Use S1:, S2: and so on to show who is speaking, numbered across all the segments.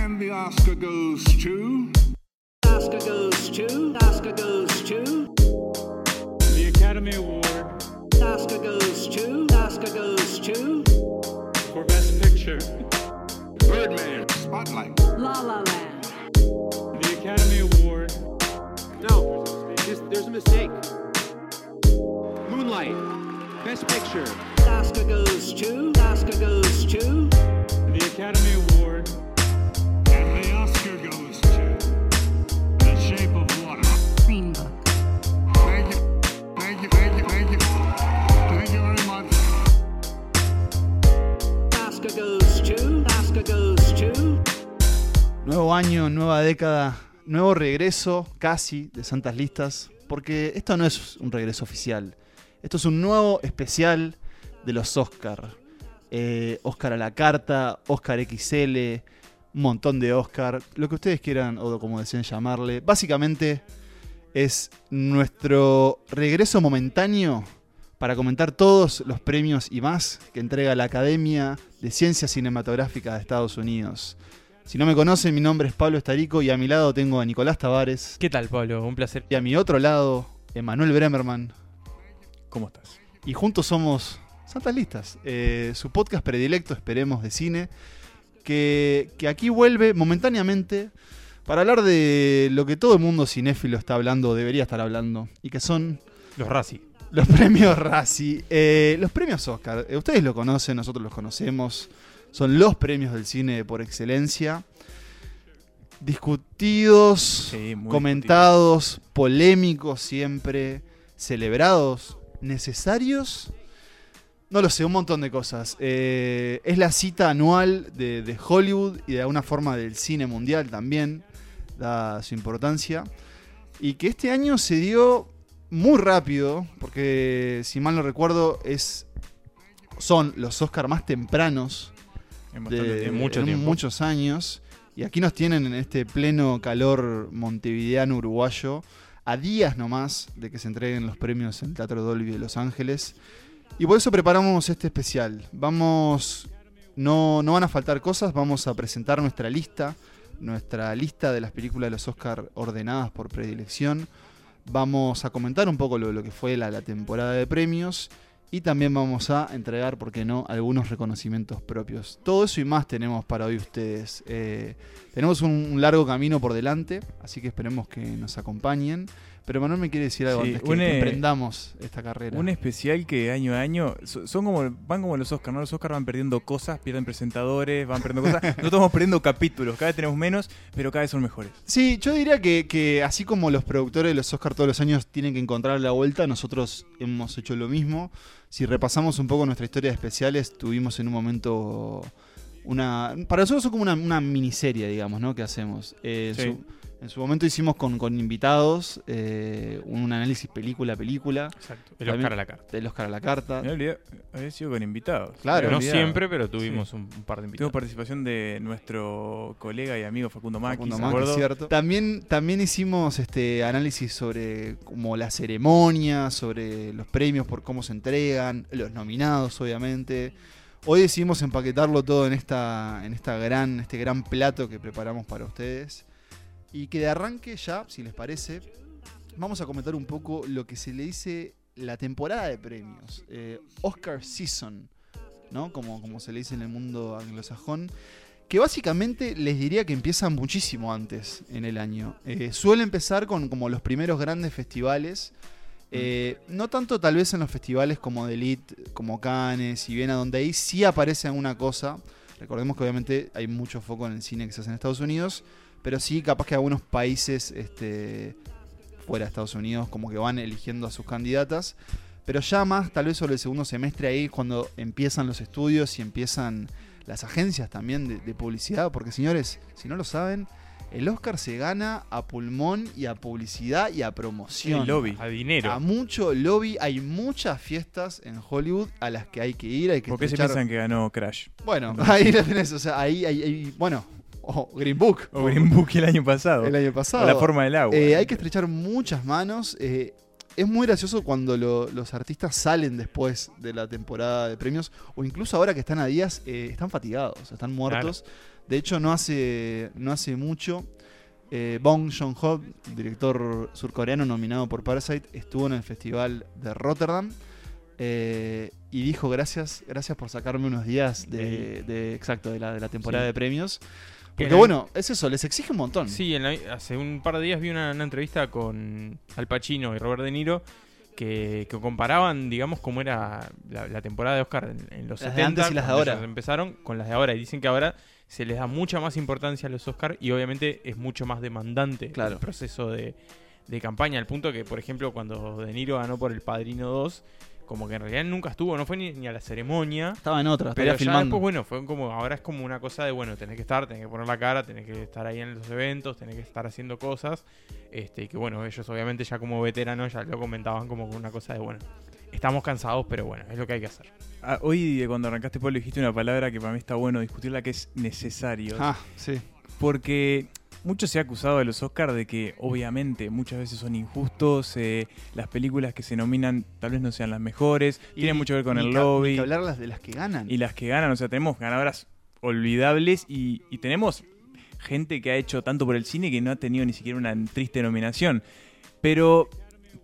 S1: And the Oscar goes to.
S2: Oscar goes to. Oscar goes to.
S3: The Academy Award
S2: Oscar goes to. Oscar goes to.
S3: for Best Picture.
S1: Birdman. Spotlight.
S4: La La Land.
S3: The Academy Award.
S5: No, there's, there's a mistake. Moonlight, Best Picture,
S2: Oscar goes to. Oscar goes to.
S3: The Academy Award.
S1: And the Oscar goes to. The Shape of Water.
S4: Green Book.
S1: Thank you. Thank you. Thank you. Thank you. Thank you very much.
S2: Oscar goes to. Oscar goes to.
S6: Nuevo año, nueva década, nuevo regreso casi de Santas Listas, porque esto no es un regreso oficial. Esto es un nuevo especial de los Oscar. Eh, Oscar a la carta, Oscar XL, un montón de Oscar, lo que ustedes quieran o como deseen llamarle. Básicamente es nuestro regreso momentáneo para comentar todos los premios y más que entrega la Academia de Ciencias Cinematográficas de Estados Unidos. Si no me conocen, mi nombre es Pablo Estarico y a mi lado tengo a Nicolás Tavares
S7: ¿Qué tal, Pablo? Un placer.
S6: y a mi otro lado, Emanuel Bremerman.
S8: ¿Cómo estás?
S6: Y juntos somos Santas Listas, eh, su podcast predilecto, esperemos, de cine, que, que aquí vuelve momentáneamente para hablar de lo que todo el mundo cinéfilo está hablando, debería estar hablando, y que son
S7: Los Razzie.
S6: los premios Razzie, eh, los premios Oscar. Eh, ustedes lo conocen, nosotros los conocemos. Son los premios del cine por excelencia. Discutidos,
S8: Sí, muy
S6: comentados, polémicos siempre, celebrados, necesarios. No lo sé, un montón de cosas. Eh, es la cita anual de, de Hollywood y de alguna forma del cine mundial también, da su importancia. Y que este año se dio muy rápido, porque si mal no recuerdo, es, son los Oscar más tempranos
S8: En
S6: de,
S8: bastante tiempo.
S7: mucho
S6: en
S7: tiempo.
S6: muchos años. Y aquí nos tienen en este pleno calor montevideano uruguayo, a días nomás de que se entreguen los premios en el Teatro Dolby de Los Ángeles. Y por eso preparamos este especial. Vamos, no, no van a faltar cosas, vamos a presentar nuestra lista, nuestra lista de las películas de los Oscar ordenadas por predilección. Vamos a comentar un poco lo, lo que fue la- la temporada de premios y también vamos a entregar, por qué no, algunos reconocimientos propios. Todo eso y más tenemos para hoy ustedes. Eh, tenemos un, un largo camino por delante, así que esperemos que nos acompañen. Pero Manuel me quiere decir algo
S8: Sí,
S6: antes que,
S8: un,
S6: que
S8: eh,
S6: emprendamos esta carrera.
S8: Un especial que año a año so- son como van como los Oscars, ¿no? Los Oscars van perdiendo cosas, pierden presentadores, van perdiendo cosas. Nosotros estamos perdiendo capítulos, cada vez tenemos menos, pero cada vez son mejores.
S6: Sí, yo diría que, que así como los productores de los Oscar todos los años tienen que encontrar la vuelta, nosotros hemos hecho lo mismo. Si repasamos un poco nuestra historia de especiales, tuvimos en un momento una... Para nosotros es como una, una miniserie, digamos, ¿no? Que hacemos. Eh, en
S8: Sí.
S6: su- en su momento hicimos con, con invitados eh, un análisis película a película
S7: Exacto. El
S6: También-
S7: Oscar a la carta.
S6: del Oscar a la carta.
S8: Me olvidé, había sido con invitados.
S6: Claro.
S8: Me
S7: No
S8: olvidaba.
S7: siempre, pero tuvimos un, un par
S8: Tuvimos
S7: de invitados.
S8: participación de nuestro colega y amigo Facundo Maki,
S6: Facundo
S8: ¿se
S6: Maki,
S8: acuerdo?
S6: ¿cierto? También, también hicimos este análisis sobre como la ceremonia, sobre los premios por cómo se entregan, los nominados, obviamente. Hoy decidimos empaquetarlo todo en esta, en esta gran, este gran plato que preparamos para ustedes. Y que de arranque ya, si les parece, vamos a comentar un poco lo que se le dice la temporada de premios. eh, Oscar Season, ¿no? Como, como se le dice en el mundo anglosajón. Que básicamente les diría que empieza muchísimo antes en el año. Eh, suele empezar con como los primeros grandes festivales. Eh, no tanto tal vez en los festivales como de Elite, como Cannes y Viena, donde ahí sí aparece alguna cosa. Recordemos que obviamente hay mucho foco en el cine que se hace en Estados Unidos, pero sí capaz que algunos países este, fuera de Estados Unidos como que van eligiendo a sus candidatas. Pero ya más, tal vez sobre el segundo semestre, ahí es cuando empiezan los estudios y empiezan las agencias también de, de publicidad. Porque señores, si no lo saben, el Oscar se gana a pulmón y a publicidad y a promoción.
S8: El lobby.
S7: A dinero.
S6: A mucho lobby, hay muchas fiestas en Hollywood a las que hay que ir, hay que
S8: ¿Por qué se
S6: estrechar-
S8: piensan que ganó Crash?
S6: Bueno, ahí la tenés, o sea, ahí hay, hay- bueno, o Green Book
S8: O Green Book el año pasado.
S6: el año pasado.
S8: O la forma del
S7: Ah,
S8: agua.
S6: Eh, hay que estrechar muchas manos. eh, es muy gracioso cuando lo- los artistas salen después de la temporada de premios, o incluso ahora que están a días, eh, están fatigados, están muertos De hecho, no hace, no hace mucho, eh, Bong Joon-ho, director surcoreano nominado por Parasite, estuvo en el festival de Rotterdam eh, y dijo gracias, gracias por sacarme unos días de, de- exacto de la, de la temporada
S7: Sí.
S6: de premios.
S7: Que
S6: Porque
S7: la-
S6: bueno, es eso, les exige un montón.
S7: Sí, en la- hace un par de días vi una, una entrevista con Al Pacino y Robert De Niro que, que comparaban, digamos, cómo era la, la temporada de Oscar en, en los
S6: Las de
S7: 70.
S6: antes y las de
S7: cuando
S6: ahora.
S7: ellos Empezaron con las de ahora y dicen que ahora se les da mucha más importancia a los Oscar y obviamente es mucho más demandante
S6: Claro.
S7: el proceso de, de campaña. Al punto que, por ejemplo, cuando De Niro ganó por El Padrino 2, como que en realidad nunca estuvo, no fue ni, ni a la ceremonia.
S6: Estaba en otra,
S7: Pero
S6: estaba
S7: ya
S6: filmando.
S7: después, bueno, fue como, ahora es como una cosa de, bueno, tenés que estar, tenés que poner la cara, tenés que estar ahí en los eventos, tenés que estar haciendo cosas. Este, y que bueno, ellos obviamente ya como veteranos ya lo comentaban como una cosa de, bueno, estamos cansados, pero bueno, es lo que hay que hacer.
S8: Ah, hoy, eh, cuando arrancaste, Pablo, dijiste una palabra que para mí está bueno discutirla, que es necesario.
S6: Ah, sí.
S8: Porque mucho se ha acusado de los Oscars de que obviamente muchas veces son injustos, eh, las películas que se nominan tal vez no sean las mejores, tienen mucho que ver con
S6: Ni
S8: el
S6: ca- ni
S8: lobby
S6: que hablar las de las que ganan.
S8: y las que ganan, o sea, tenemos ganadoras olvidables y, y tenemos gente que ha hecho tanto por el cine que no ha tenido ni siquiera una triste nominación. Pero,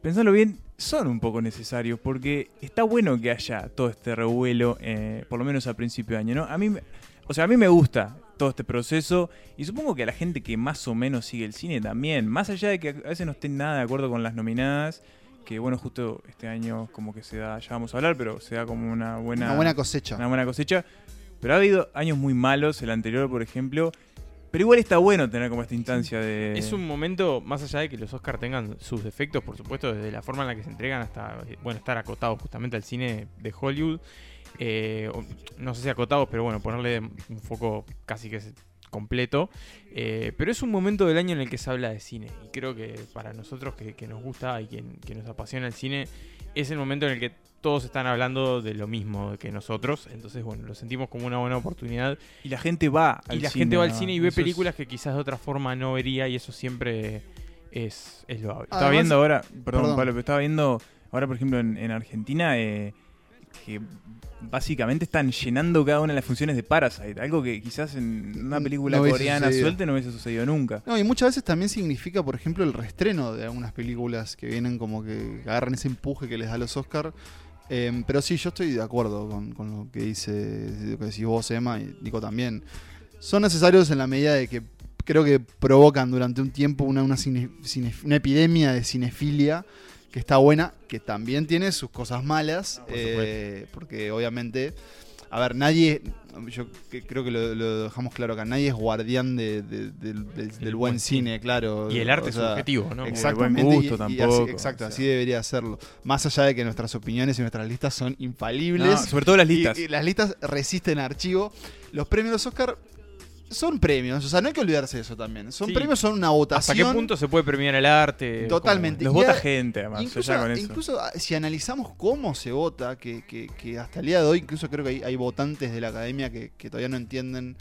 S8: pensándolo bien, son un poco necesarios porque está bueno que haya todo este revuelo, eh, por lo menos a principio de año, ¿no? A mí, me- o sea, a mí me gusta todo este proceso y supongo que a la gente que más o menos sigue el cine también, más allá de que a veces no estén nada de acuerdo con las nominadas, que bueno, justo este año como que se da, ya vamos a hablar, pero se da como una buena,
S6: Una buena cosecha.
S8: una buena cosecha. Pero ha habido años muy malos, el anterior, por ejemplo. Pero igual está bueno tener como esta instancia de.
S7: Es un momento, más allá de que los Oscars tengan sus defectos, por supuesto, desde la forma en la que se entregan hasta, eh, bueno, estar acotados justamente al cine de Hollywood. eh, o- no sé si acotados, pero bueno, ponerle un foco casi que es completo. eh, pero es un momento del año en el que se habla de cine. Y creo que para nosotros que, que nos gusta y que, que nos apasiona el cine, es el momento en el que todos están hablando de lo mismo que nosotros. Entonces, bueno, lo sentimos como una buena oportunidad
S8: Y la gente va al
S7: y la
S8: cine
S7: gente va al
S8: a-
S7: cine y ve
S8: eso es-
S7: películas que quizás de otra forma no vería y eso siempre es, es loable.
S6: Ah,
S8: Estaba
S6: Además-
S8: viendo ahora. Perdón,
S6: Perdón.
S8: Pablo, pero estaba viendo ahora, por ejemplo, en, en Argentina. eh, que básicamente están llenando cada una de las funciones de Parasite. Algo que quizás en una
S6: No
S8: película
S6: hubiese
S8: coreana
S6: sucedido.
S8: suelta no hubiese sucedido nunca.
S6: No, y muchas veces también significa, por ejemplo, el restreno de algunas películas que vienen como que agarran ese empuje que les da los Oscar. Eh, pero sí, yo estoy de acuerdo con, con lo que dice, lo que decís vos, Emma, y Nico también. Son necesarios en la medida de que creo que provocan durante un tiempo una, una, cine- cine- una epidemia de cinefilia que está buena, que también tiene sus cosas malas,
S7: Ah,
S6: eh, porque obviamente, a ver, nadie, yo que- creo que lo, lo dejamos claro acá, nadie es guardián de- de- del- del- del buen
S7: buen cine.
S6: cine, claro.
S7: Y el arte
S6: O
S7: es
S6: sea,
S7: subjetivo, ¿no?
S6: Exactamente.
S8: buen
S6: y- y
S8: gusto
S6: así-
S8: tampoco,
S6: exacto,
S8: o sea.
S6: así debería hacerlo. Más allá de que nuestras opiniones y nuestras listas son infalibles.
S8: No, sobre todo las
S6: y-
S8: listas.
S6: y las listas resisten archivo. Los premios Oscar son premios, o sea, no hay que olvidarse de eso también. Son
S7: Sí.
S6: premios, son una
S7: ¿Hasta
S6: votación.
S7: qué punto se puede premiar el arte?
S6: Totalmente.
S8: los
S6: y
S8: vota
S6: a-
S8: gente, además. ya
S6: Incluso,
S8: ya con eso.
S6: incluso, ah, si analizamos cómo se vota, que, que- que hasta el día de hoy incluso creo que hay, hay votantes de la academia que, que todavía no entienden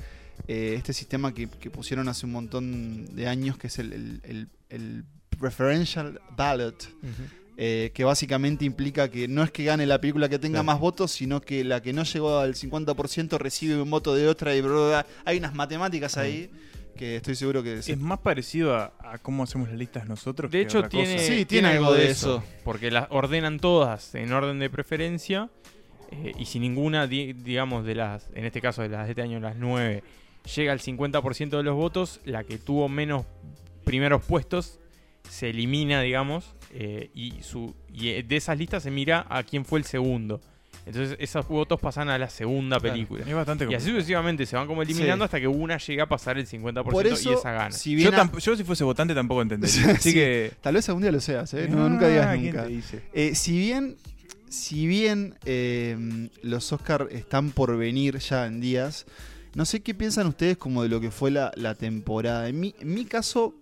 S6: eh, este sistema que, que pusieron hace un montón de años, que es el, el- el- el preferential ballot,
S7: Como- Ujú.
S6: eh, que básicamente implica que no es que gane la película que tenga
S8: Claro.
S6: más votos, sino que la que no llegó al 50% recibe un voto de otra y bla, bla, bla. hay unas matemáticas ahí que estoy seguro que... se-
S8: Es más parecido a, a cómo hacemos las listas nosotros.
S7: De
S8: que
S7: hecho,
S8: otra cosa.
S7: tiene,
S6: Sí, tiene algo de eso.
S7: Porque las ordenan todas en orden de preferencia. eh, y si ninguna, di- digamos, de las, en este caso de las de este año, las nueve, llega al 50% de los votos, la que tuvo menos primeros puestos se elimina, digamos, eh, y, su, y eh, de esas listas se mira a quién fue el segundo. Entonces esos votos pasan a la segunda
S8: Claro,
S7: película.
S8: Es bastante
S7: Y así
S8: complicado.
S7: sucesivamente se van como
S6: Sí.
S7: eliminando hasta que una llega a pasar el 50%
S6: Por eso,
S7: y esa gana.
S6: si
S8: yo,
S6: bien... a-
S8: tamp- yo si fuese votante tampoco entendería.
S6: Sí,
S8: Así
S6: sí.
S8: que.
S6: Tal vez algún día lo seas, ¿eh? No, nunca digas
S8: Ah, ¿quién
S6: nunca.
S8: te dice?
S6: Eh, si bien, si bien eh, los Oscar están por venir ya en días, no sé qué piensan ustedes como de lo que fue la, la temporada. En mi, en mi caso,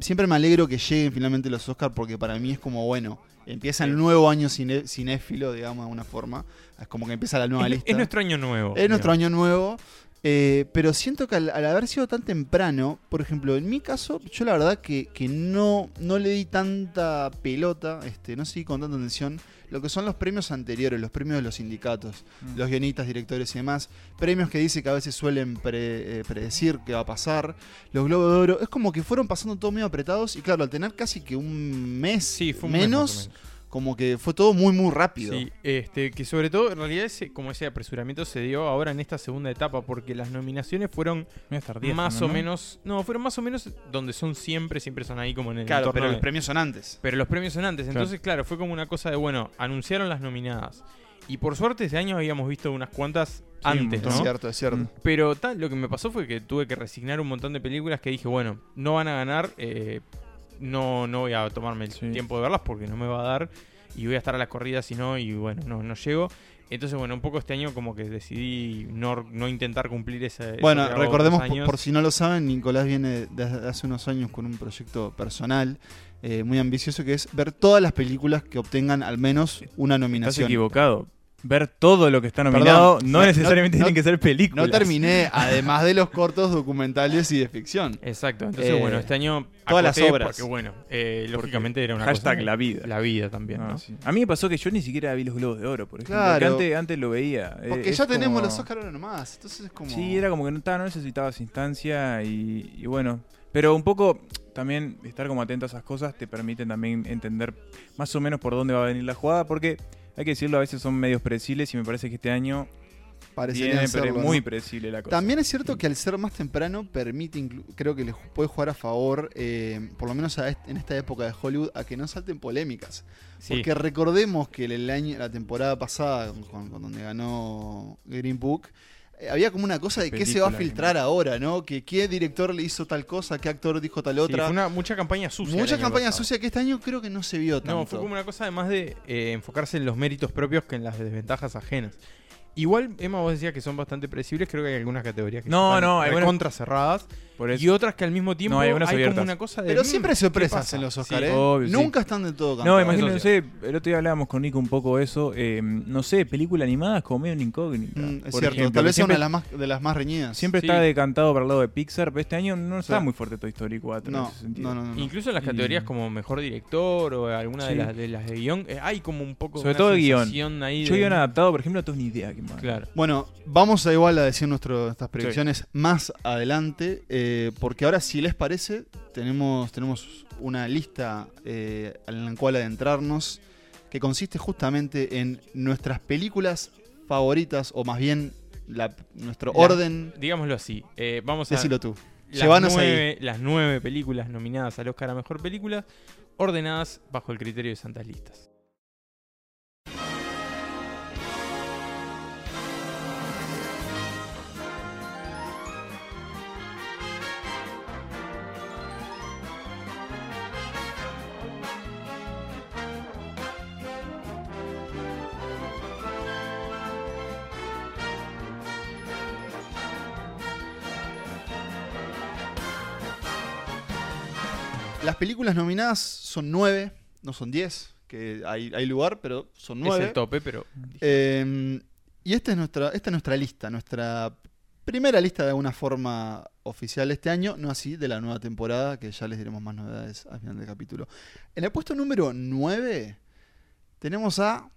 S6: siempre me alegro que lleguen finalmente los Oscar porque para mí es como, bueno, empieza el nuevo año cine- cinéfilo, digamos, de alguna forma. Es como que empieza la nueva
S7: es,
S6: lista.
S7: es nuestro año nuevo.
S6: Es nuestro
S7: digamos.
S6: año nuevo. eh, pero siento que al, al haber sido tan temprano, por ejemplo, en mi caso, yo la verdad que, que no, no le di tanta pelota, este, no seguí con tanta atención. lo que son los premios anteriores, los premios de los sindicatos,
S7: Mm.
S6: los guionistas, directores y demás, premios que dice que a veces suelen pre- eh, predecir qué va a pasar, los Globos de Oro, es como que fueron pasando todo medio apretados y claro, al tener casi que un mes
S7: Sí, fue un mes
S6: menos,
S7: más o menos.
S6: como que fue todo muy, muy rápido.
S7: Sí, este, que sobre todo, en realidad, ese, como ese apresuramiento se dio ahora en esta segunda etapa, porque las nominaciones fueron
S8: Medio tardías
S7: más o
S8: también, ¿no?
S7: menos. No, fueron más o menos donde son siempre, siempre son ahí como en el.
S6: Claro,
S7: entorno
S6: pero
S7: de-
S6: los premios son antes.
S7: pero los premios son antes. Entonces, claro, fue como una cosa de, bueno, anunciaron las nominadas. Y por suerte, ese año habíamos visto unas cuantas
S8: un
S7: antes,
S8: montón.
S6: Es
S7: ¿no?
S6: cierto, es cierto.
S8: Mm.
S7: Pero tal, lo que me pasó fue que tuve que resignar un montón de películas que dije, bueno, no van a ganar, eh, no, no voy a tomarme el
S8: Sí.
S7: tiempo de verlas porque no me va a dar y voy a estar a las corridas si no, y bueno, no, no llego. Entonces, bueno, un poco este año como que decidí no, no intentar cumplir ese...
S8: Eh,
S7: eso
S6: Bueno,
S7: que hago
S6: recordemos,
S7: otros
S6: por,
S7: años.
S6: por si no lo saben, Nicolás viene desde hace unos años con un proyecto personal eh, muy ambicioso que es ver todas las películas que obtengan al menos una
S8: Estás
S6: nominación.
S8: equivocado. Ver todo lo que está
S6: Perdón,
S8: nominado
S6: no-
S8: no necesariamente
S6: no-
S8: tienen que ser películas.
S6: No terminé, además de los cortos documentales y de ficción.
S7: Exacto, entonces
S6: Eh,
S7: bueno, este año...
S6: todas las
S7: acoté
S6: obras.
S7: Porque bueno, eh, lógicamente era una
S8: Hashtag
S7: cosa...
S8: la vida.
S7: La vida también,
S8: Ah,
S7: ¿no?
S8: sí. A mí me pasó que yo ni siquiera vi los Globos de Oro, por ejemplo.
S6: Claro.
S8: que antes, antes lo veía. Eh,
S6: Porque
S8: es
S6: ya tenemos
S8: como-
S6: los Oscar ahora nomás, entonces es como...
S8: Sí, era como que no, estaba, no necesitaba esa instancia y, y bueno. Pero un poco también estar como atento a esas cosas te permite también entender más o menos por dónde va a venir la jugada, porque hay que decirlo, a veces son medios predecibles y me parece que este año
S6: parecería
S8: tiene
S6: serlo,
S8: pre-
S6: ¿no?
S8: muy predecible la cosa.
S6: También es cierto que al ser más temprano permite, inclu- creo que les puede jugar a favor, eh, por lo menos a est- en esta época de Hollywood, a que no salten polémicas.
S7: Sí.
S6: Porque recordemos que el, el año, la temporada pasada, con, con- con donde ganó Green Book, eh, había como una cosa de qué se va a
S8: Película,
S6: filtrar ahora, ¿no? Que qué director le hizo tal cosa, qué actor dijo tal
S7: Sí,
S6: otra.
S7: fue una, mucha campaña sucia. el
S6: Mucha
S7: año
S6: campaña
S7: pasado.
S6: sucia que este año creo que no se vio tanto.
S7: No, fue como una cosa además de eh, enfocarse en los méritos propios que en las desventajas ajenas. Igual, Emma, vos decías que son bastante predecibles, creo que hay algunas categorías que
S8: No,
S7: están
S8: no, hay algunas-
S7: recontra cerradas
S8: Por eso-
S7: y otras que al mismo tiempo
S8: No, hay
S7: hay,
S8: algunas
S7: como
S8: abiertas.
S7: una cosa de...
S6: Pero
S7: mm,
S6: siempre hay
S7: ¿qué
S6: sorpresas
S7: pasa?
S6: en los
S7: Sí,
S6: Oscar, ¿eh?
S8: obvio, sí.
S6: Nunca están de todo Mm,
S8: No,
S6: cantados.
S8: imagínense, el otro día hablábamos con Nico un poco eso. eh, no sé, película animada es como medio una incógnita.
S6: Mm, es
S8: por
S6: cierto, tal
S8: ejemplo, que
S6: vez sea una
S8: siempre,
S6: de las más, de las más reñidas.
S8: siempre
S7: Sí.
S8: está decantado para el lado de Pixar, pero este año no está
S6: Sí.
S8: muy fuerte Toy Story 4. en
S6: No,
S8: ese
S6: no,
S8: sentido.
S6: no, no, no.
S7: Incluso en las
S8: Y-
S7: categorías como mejor director o alguna de,
S8: Mm. Sí.
S7: las, de las de guión, eh, hay como un poco
S8: Sobre
S7: una
S8: todo de guión.
S7: sensación ahí
S8: Yo
S7: de-
S8: guión adaptado, por ejemplo, no tengo ni idea qué más.
S7: Claro.
S6: Bueno, vamos a igual a decir nuestro- nuestras predicciones más adelante, eh, porque ahora si les parece, tenemos, tenemos una lista eh, en la cual adentrarnos, que consiste justamente en nuestras películas favoritas, o más bien la- nuestro
S7: La-
S6: orden.
S7: Digámoslo así, eh, vamos a
S6: Decilo tú.
S7: las
S6: Llévanos ahí.
S7: nueve, las nueve películas nominadas al Oscar a Mejor Película, ordenadas bajo el criterio de Santas Listas.
S6: Las películas nominadas son nueve, no son diez, que hay, hay lugar, pero son nueve.
S7: Es el tope, pero
S6: Eh, y esta es, nuestra, esta es nuestra lista, nuestra primera lista de alguna forma oficial este año, no así de la nueva temporada, que ya les diremos más novedades al final del capítulo. En el puesto número 9 tenemos a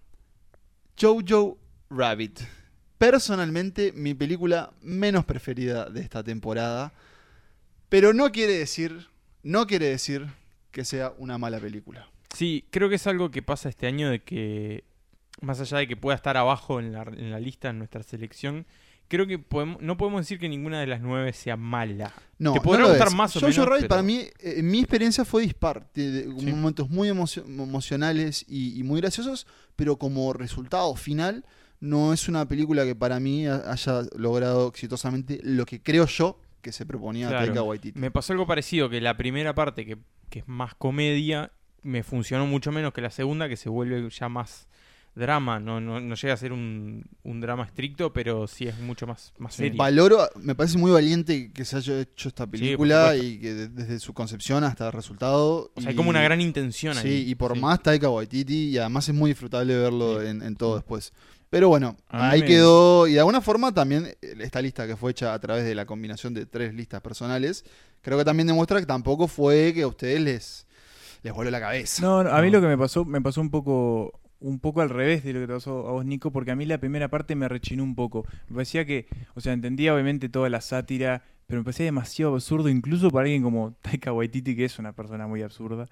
S6: Jojo Rabbit. Personalmente, mi película menos preferida de esta temporada. Pero no quiere decir, no quiere decir que sea una mala película.
S7: Sí, creo que es algo que pasa este año de que, más allá de que pueda estar abajo en la, en la lista, en nuestra selección, creo que podemos, no podemos decir que ninguna de las nueve sea mala.
S6: No,
S7: Te podrá
S6: no lo
S7: gustar
S6: es.
S7: más o
S6: Jojo
S7: menos,
S6: Rabbit
S7: pero-
S6: para mí, eh, mi experiencia fue dispar. Te- de-
S7: Sí.
S6: Momentos muy emocio- emocionales y, y muy graciosos, pero como resultado final, no es una película que para mí ha- haya logrado exitosamente lo que creo yo que se proponía
S7: Claro.
S6: Taika Waititi.
S7: Me pasó algo parecido, que la primera parte, que, que es más comedia, me funcionó mucho menos que la segunda, que se vuelve ya más drama. No, no, no llega a ser un, un drama estricto, pero sí es mucho más, más serio.
S6: Valoro, me parece muy valiente que se haya hecho esta
S7: por
S6: película
S7: supuesto.
S6: y que de- desde su concepción hasta el resultado.
S7: O sea, hay
S6: y-
S7: como una gran intención ahí.
S6: Sí, y por
S7: Sí.
S6: más Taika Waititi, y además es muy disfrutable verlo
S8: Sí.
S6: en, en todo después. Pero bueno,
S8: A mí
S6: ahí
S8: me-
S6: quedó, y de alguna forma también eh, esta lista que fue hecha a través de la combinación de tres listas personales, creo que también demuestra que tampoco fue que a ustedes les, les voló la cabeza.
S8: No, no, a mí
S7: No.
S8: lo que me pasó, me pasó un poco un poco al revés de lo que te pasó a vos, Nico, porque a mí la primera parte me rechinó un poco. Me parecía que, o sea, entendía obviamente toda la sátira, pero me parecía demasiado absurdo, incluso para alguien como Taika Waititi, que es una persona muy absurda.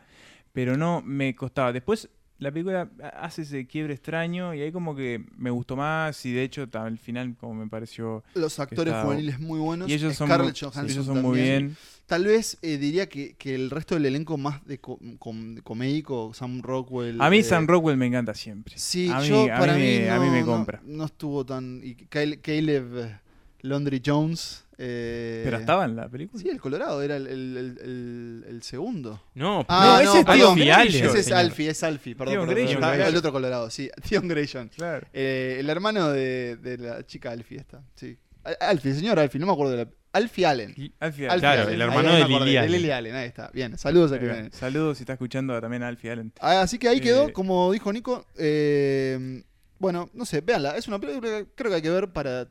S8: Pero no, me costaba. Después la película hace ese quiebre extraño y ahí como que me gustó más y de hecho ta- al final como me pareció...
S6: Los actores
S8: está-
S6: juveniles muy buenos.
S8: Y ellos son, muy,
S6: Scarlett
S8: sí,
S6: Johansson
S8: ellos son muy
S6: también.
S8: bien.
S6: Tal vez eh, diría que, que el resto del elenco más de co- com- comédico, Sam Rockwell.
S8: A mí
S6: eh,
S8: Sam Rockwell me encanta siempre.
S6: Sí,
S8: a mí,
S6: yo
S8: a mí
S6: para mí,
S8: me,
S6: no,
S8: a mí me
S6: no-
S8: compra.
S6: No, estuvo tan. Y Kyle- Caleb Laundry Jones. eh,
S8: Pero estaba en la película.
S6: Sí, el Colorado era el, el- el- el- el segundo.
S7: No,
S6: Ah,
S8: ese
S6: no,
S8: es
S6: perdón,
S8: Theon
S7: Grayson,
S6: Ese es
S7: señor.
S6: Alfie, es Alfie, perdón.
S8: Theon
S6: perdón, perdón,
S8: Grayson,
S6: estaba-
S8: Grayson.
S6: el otro Colorado, sí. Theon Grayson.
S8: Claro.
S6: Eh, el hermano de, de la chica Alfie esta, sí. Al- Alfie, señor Alfie, no me acuerdo de la... Alfie Allen.
S8: Al
S6: Alfie
S8: final.
S7: Claro,
S6: Allen,
S7: el
S6: ahí-
S7: hermano
S6: ahí
S7: de
S6: me acordé,
S7: Lily
S6: de
S7: Allen.
S6: Lily Allen, ahí está. Bien, saludos a
S8: Ahí va.
S6: Lily Allen.
S8: Saludos si está escuchando también a Alfie Allen.
S6: Ah, Así que ahí
S8: Eh,
S6: quedó, como dijo Nico. eh, bueno, no sé, véanla. Es una película que creo que hay que ver para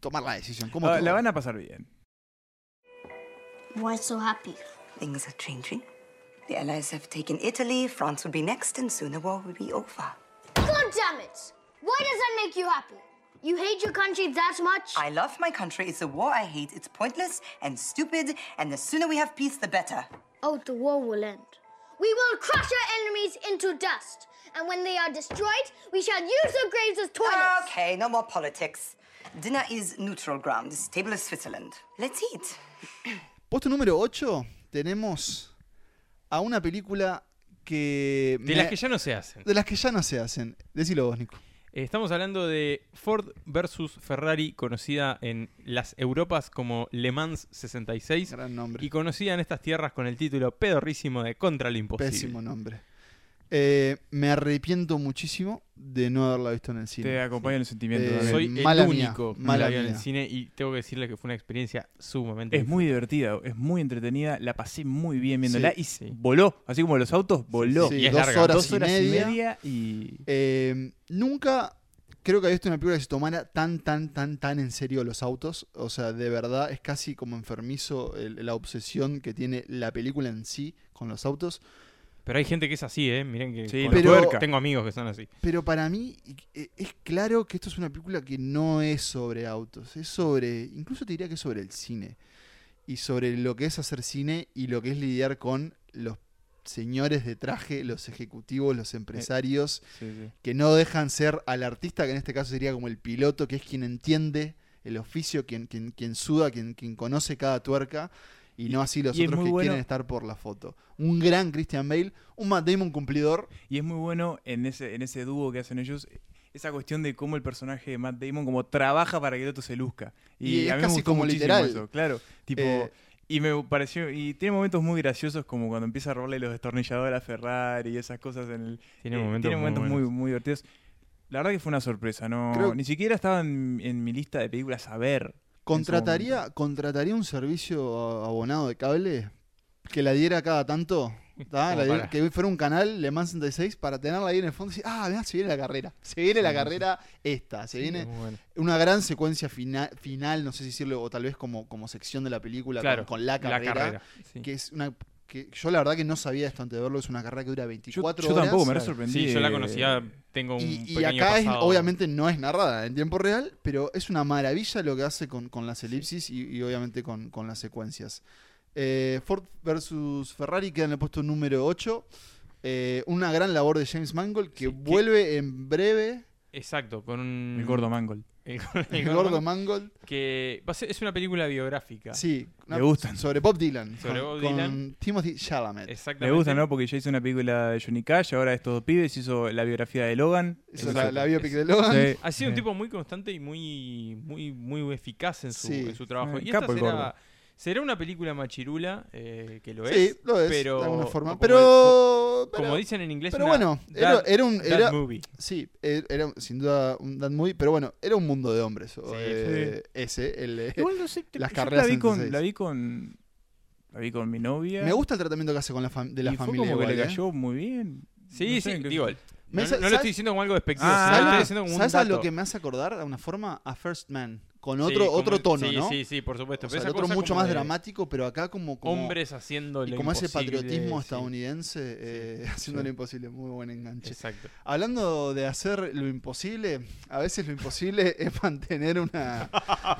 S6: tomar la decisión. como
S8: Ah,
S6: todo.
S8: la van a pasar bien.
S4: Why so happy?
S9: Things are changing. The Allies have taken Italy, France would be next, and soon the war will be over.
S4: God damn it! Why does that make you happy? You hate your country that much?
S9: I love my country. It's a war I hate. It's pointless and stupid, and the sooner we have peace, the better.
S4: Oh, the war will end. We will crush our enemies into dust, and when they are destroyed, we shall use their graves as toilets.
S9: Okay, no more politics. Dinner is neutral ground. This table is Switzerland. Let's eat.
S6: Puesto número 8 tenemos a una película que...
S7: De las que ya no se hacen.
S6: de las que ya no se hacen. Decilo vos, Nico.
S7: Eh, Estamos hablando de Ford versus Ferrari, conocida en las Europas como Le Mans 66
S6: Gran nombre.
S7: y conocida en estas tierras con el título pedorrísimo de Contra lo Imposible.
S6: Pésimo nombre. Eh, me arrepiento muchísimo de no haberla visto en el
S8: Te
S6: cine.
S8: acompaño en el sentimiento.
S6: Eh,
S8: también.
S7: Soy el
S6: mala mía,
S7: único que
S6: mala
S7: la vio en el
S6: mía.
S7: cine y tengo que decirle que fue una experiencia sumamente
S8: Es muy divertida, es muy entretenida, la pasé muy bien viéndola
S6: Sí,
S8: y
S7: sí.
S8: voló, así como los autos, voló.
S6: Sí,
S7: Y es
S6: dos
S7: larga.
S6: horas,
S8: Dos
S6: y
S8: horas
S6: media.
S8: y media y...
S6: Eh, nunca creo que había visto una película que se tomara tan, tan, tan, tan en serio los autos. O sea, de verdad es casi como enfermizo el- la obsesión que tiene la película en sí con los autos.
S7: Pero hay gente que es así, ¿eh? Miren que
S8: Sí,
S7: con los
S6: pero-
S7: puercas. tengo amigos que son así.
S6: Pero para mí eh, es claro que esto es una película que no es sobre autos, es sobre, incluso te diría que es sobre el cine. Y sobre lo que es hacer cine y lo que es lidiar con los señores de traje, los ejecutivos, los empresarios,
S8: sí, sí.
S6: que no dejan ser al artista, que en este caso sería como el piloto, que es quien entiende el oficio, quien, quien, quien suda, quien, quien conoce cada tuerca, y, no así los
S8: y es
S6: otros
S8: muy
S6: que
S8: bueno-
S6: quieren estar por la foto. Un gran Christian Bale, un Matt Damon cumplidor,
S8: Y es muy bueno en ese, en ese dúo que hacen ellos, esa cuestión de cómo el personaje de Matt Damon como trabaja para que el otro se luzca. Y,
S6: Y es
S8: a mí
S6: casi
S8: me gustó
S6: como
S8: muchísimo
S6: literal.
S8: eso, claro. Tipo,
S6: Eh,
S8: y me pareció, y tiene momentos muy graciosos como cuando empieza a robarle los destornilladores a Ferrari y esas cosas en el,
S7: Tiene
S8: eh,
S7: momentos, muy
S8: muy,
S7: buenos.
S8: muy divertidos. La verdad que fue una sorpresa, no,
S6: Creo-
S8: ni siquiera estaba en, en mi lista de películas a ver.
S6: Contrataría, contrataría un servicio abonado de cable que la diera cada tanto. ¿tá?
S7: Como
S6: La diera-
S7: para.
S6: que fuera un canal Le Mans 66 para tenerla ahí en el fondo y decir, ah, mirá, se viene la carrera. Se viene la carrera esta. Se viene
S7: Muy bueno.
S6: una gran secuencia fina- final, no sé si decirlo, o tal vez como, como sección de la película
S7: Claro,
S6: con, con la carrera.
S7: sí.
S6: Que es una que yo la verdad que no sabía esto antes de verlo, es una carrera que dura
S8: Yo,
S6: 24
S8: yo
S6: horas.
S8: tampoco me
S6: Claro.
S8: re sorprendí.
S7: Sí, yo la
S8: eh,
S7: conocía, tengo un
S6: Y, y
S7: pequeño
S6: acá es-
S7: pasado.
S6: obviamente no es narrada en tiempo real, pero es una maravilla lo que hace con, con las elipsis y, y obviamente con, con las secuencias. Eh, Ford versus Ferrari queda en el puesto número 8. una gran labor de James Mangold que
S7: Sí, que-
S6: vuelve en breve.
S7: Exacto, con un...
S8: El gordo Mangol.
S7: El,
S6: El gordo Mangold.
S7: Que va a ser- es una película biográfica.
S6: Sí,
S8: Le gustan.
S6: Sobre Bob Dylan.
S7: Sobre
S6: con,
S7: Bob
S6: con
S7: Dylan.
S6: Timothy Chalamet.
S7: Exactamente.
S8: Me gusta, ¿no? Porque ya hizo una película de Johnny Cash, ahora estos dos pibes hizo la biografía de Logan.
S6: Esa es la,
S8: Entonces,
S6: la biopic de Logan.
S8: sí,
S7: Ha sido un
S8: sí.
S7: tipo muy constante y muy muy muy eficaz en su,
S6: Sí.
S7: en su trabajo.
S8: Eh,
S7: Y
S8: capo
S7: esta
S8: el
S7: será,
S8: gordo.
S7: será una película machirula, eh, que lo es.
S6: Sí, lo es.
S7: pero,
S6: de alguna forma.
S7: como-
S6: Pero.
S7: Como,
S6: pero-
S7: dicen en inglés,
S6: pero
S7: una
S6: bueno,
S7: dad-
S6: era, era un.
S7: dad
S6: Era,
S7: movie.
S6: Sí, er- era sin duda un Dan Muy, pero bueno, era un mundo de hombres. o,
S7: Sí,
S6: eh, Ese, el, eh,
S8: Igual no sé, te-
S6: las
S8: yo
S6: carreras
S8: la vi, con,
S6: 66.
S8: la vi con. La vi con mi novia.
S6: Me gusta el tratamiento que hace con la fam- de la
S8: eh, y fue
S6: familia.
S8: como que le
S6: igual, ¿eh?
S8: cayó muy bien.
S7: Sí,
S8: No sé
S7: sí,
S8: en qué-
S7: digo,
S6: Me
S7: no,
S6: sa-
S7: no lo
S6: ¿sabes-
S7: estoy diciendo como algo despectivo,
S8: Ah,
S7: sino lo estoy
S6: ¿Sabes,
S7: diciendo como un
S6: sabes a lo
S7: dato.
S6: que me hace acordar de una forma? A First Man, con otro,
S7: Sí, como-
S6: otro tono,
S7: sí,
S6: ¿no?
S7: Sí, sí, por supuesto.
S6: O
S7: Pero
S6: sea,
S7: esa
S6: el otro
S7: cosa
S6: mucho
S7: como
S6: más
S7: de
S6: dramático, pero acá como, como
S7: Hombres haciendo
S6: y
S7: lo
S6: como ese
S7: imposible,
S6: patriotismo
S7: sí.
S6: estadounidense eh, haciendo lo imposible, muy buen enganche.
S7: Exacto.
S6: Hablando de hacer lo imposible, a veces lo imposible es mantener una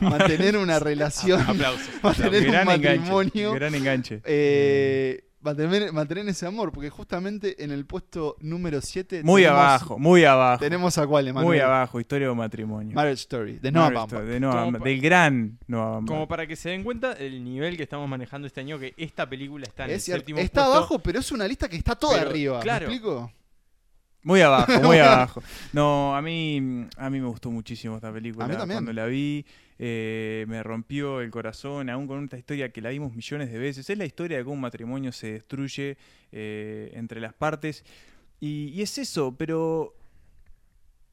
S6: mantener una relación,
S7: Aplausos.
S6: mantener un
S8: gran
S6: matrimonio,
S8: enganche. Gran enganche.
S6: eh, mantener, mantener ese amor, porque justamente en el puesto número 7
S8: Muy abajo, muy abajo.
S6: Tenemos a cuál, Emanuel?
S8: muy abajo, historia de matrimonio.
S6: Marriage Story, de Noah
S8: Marriage
S6: Baumbach.
S8: Story, de Noah
S7: Como
S8: Baumbach,
S7: pa-
S8: Del gran Noah Baumbach.
S7: Como para que se den cuenta el nivel que estamos manejando este año, que esta película está en
S6: Es
S7: el
S6: cierto,
S7: séptimo
S6: está
S7: puesto.
S6: abajo, pero es una lista que está toda
S7: Pero,
S6: arriba. ¿Me
S7: claro.
S6: explico?
S8: Muy abajo, muy abajo. No, a mí, a mí me gustó muchísimo esta película.
S6: A mí también.
S8: Cuando la vi, eh, me rompió el corazón, aún con esta historia que la vimos millones de veces. Es la historia de cómo un matrimonio se destruye eh, entre las partes. Y, y es eso, pero. Me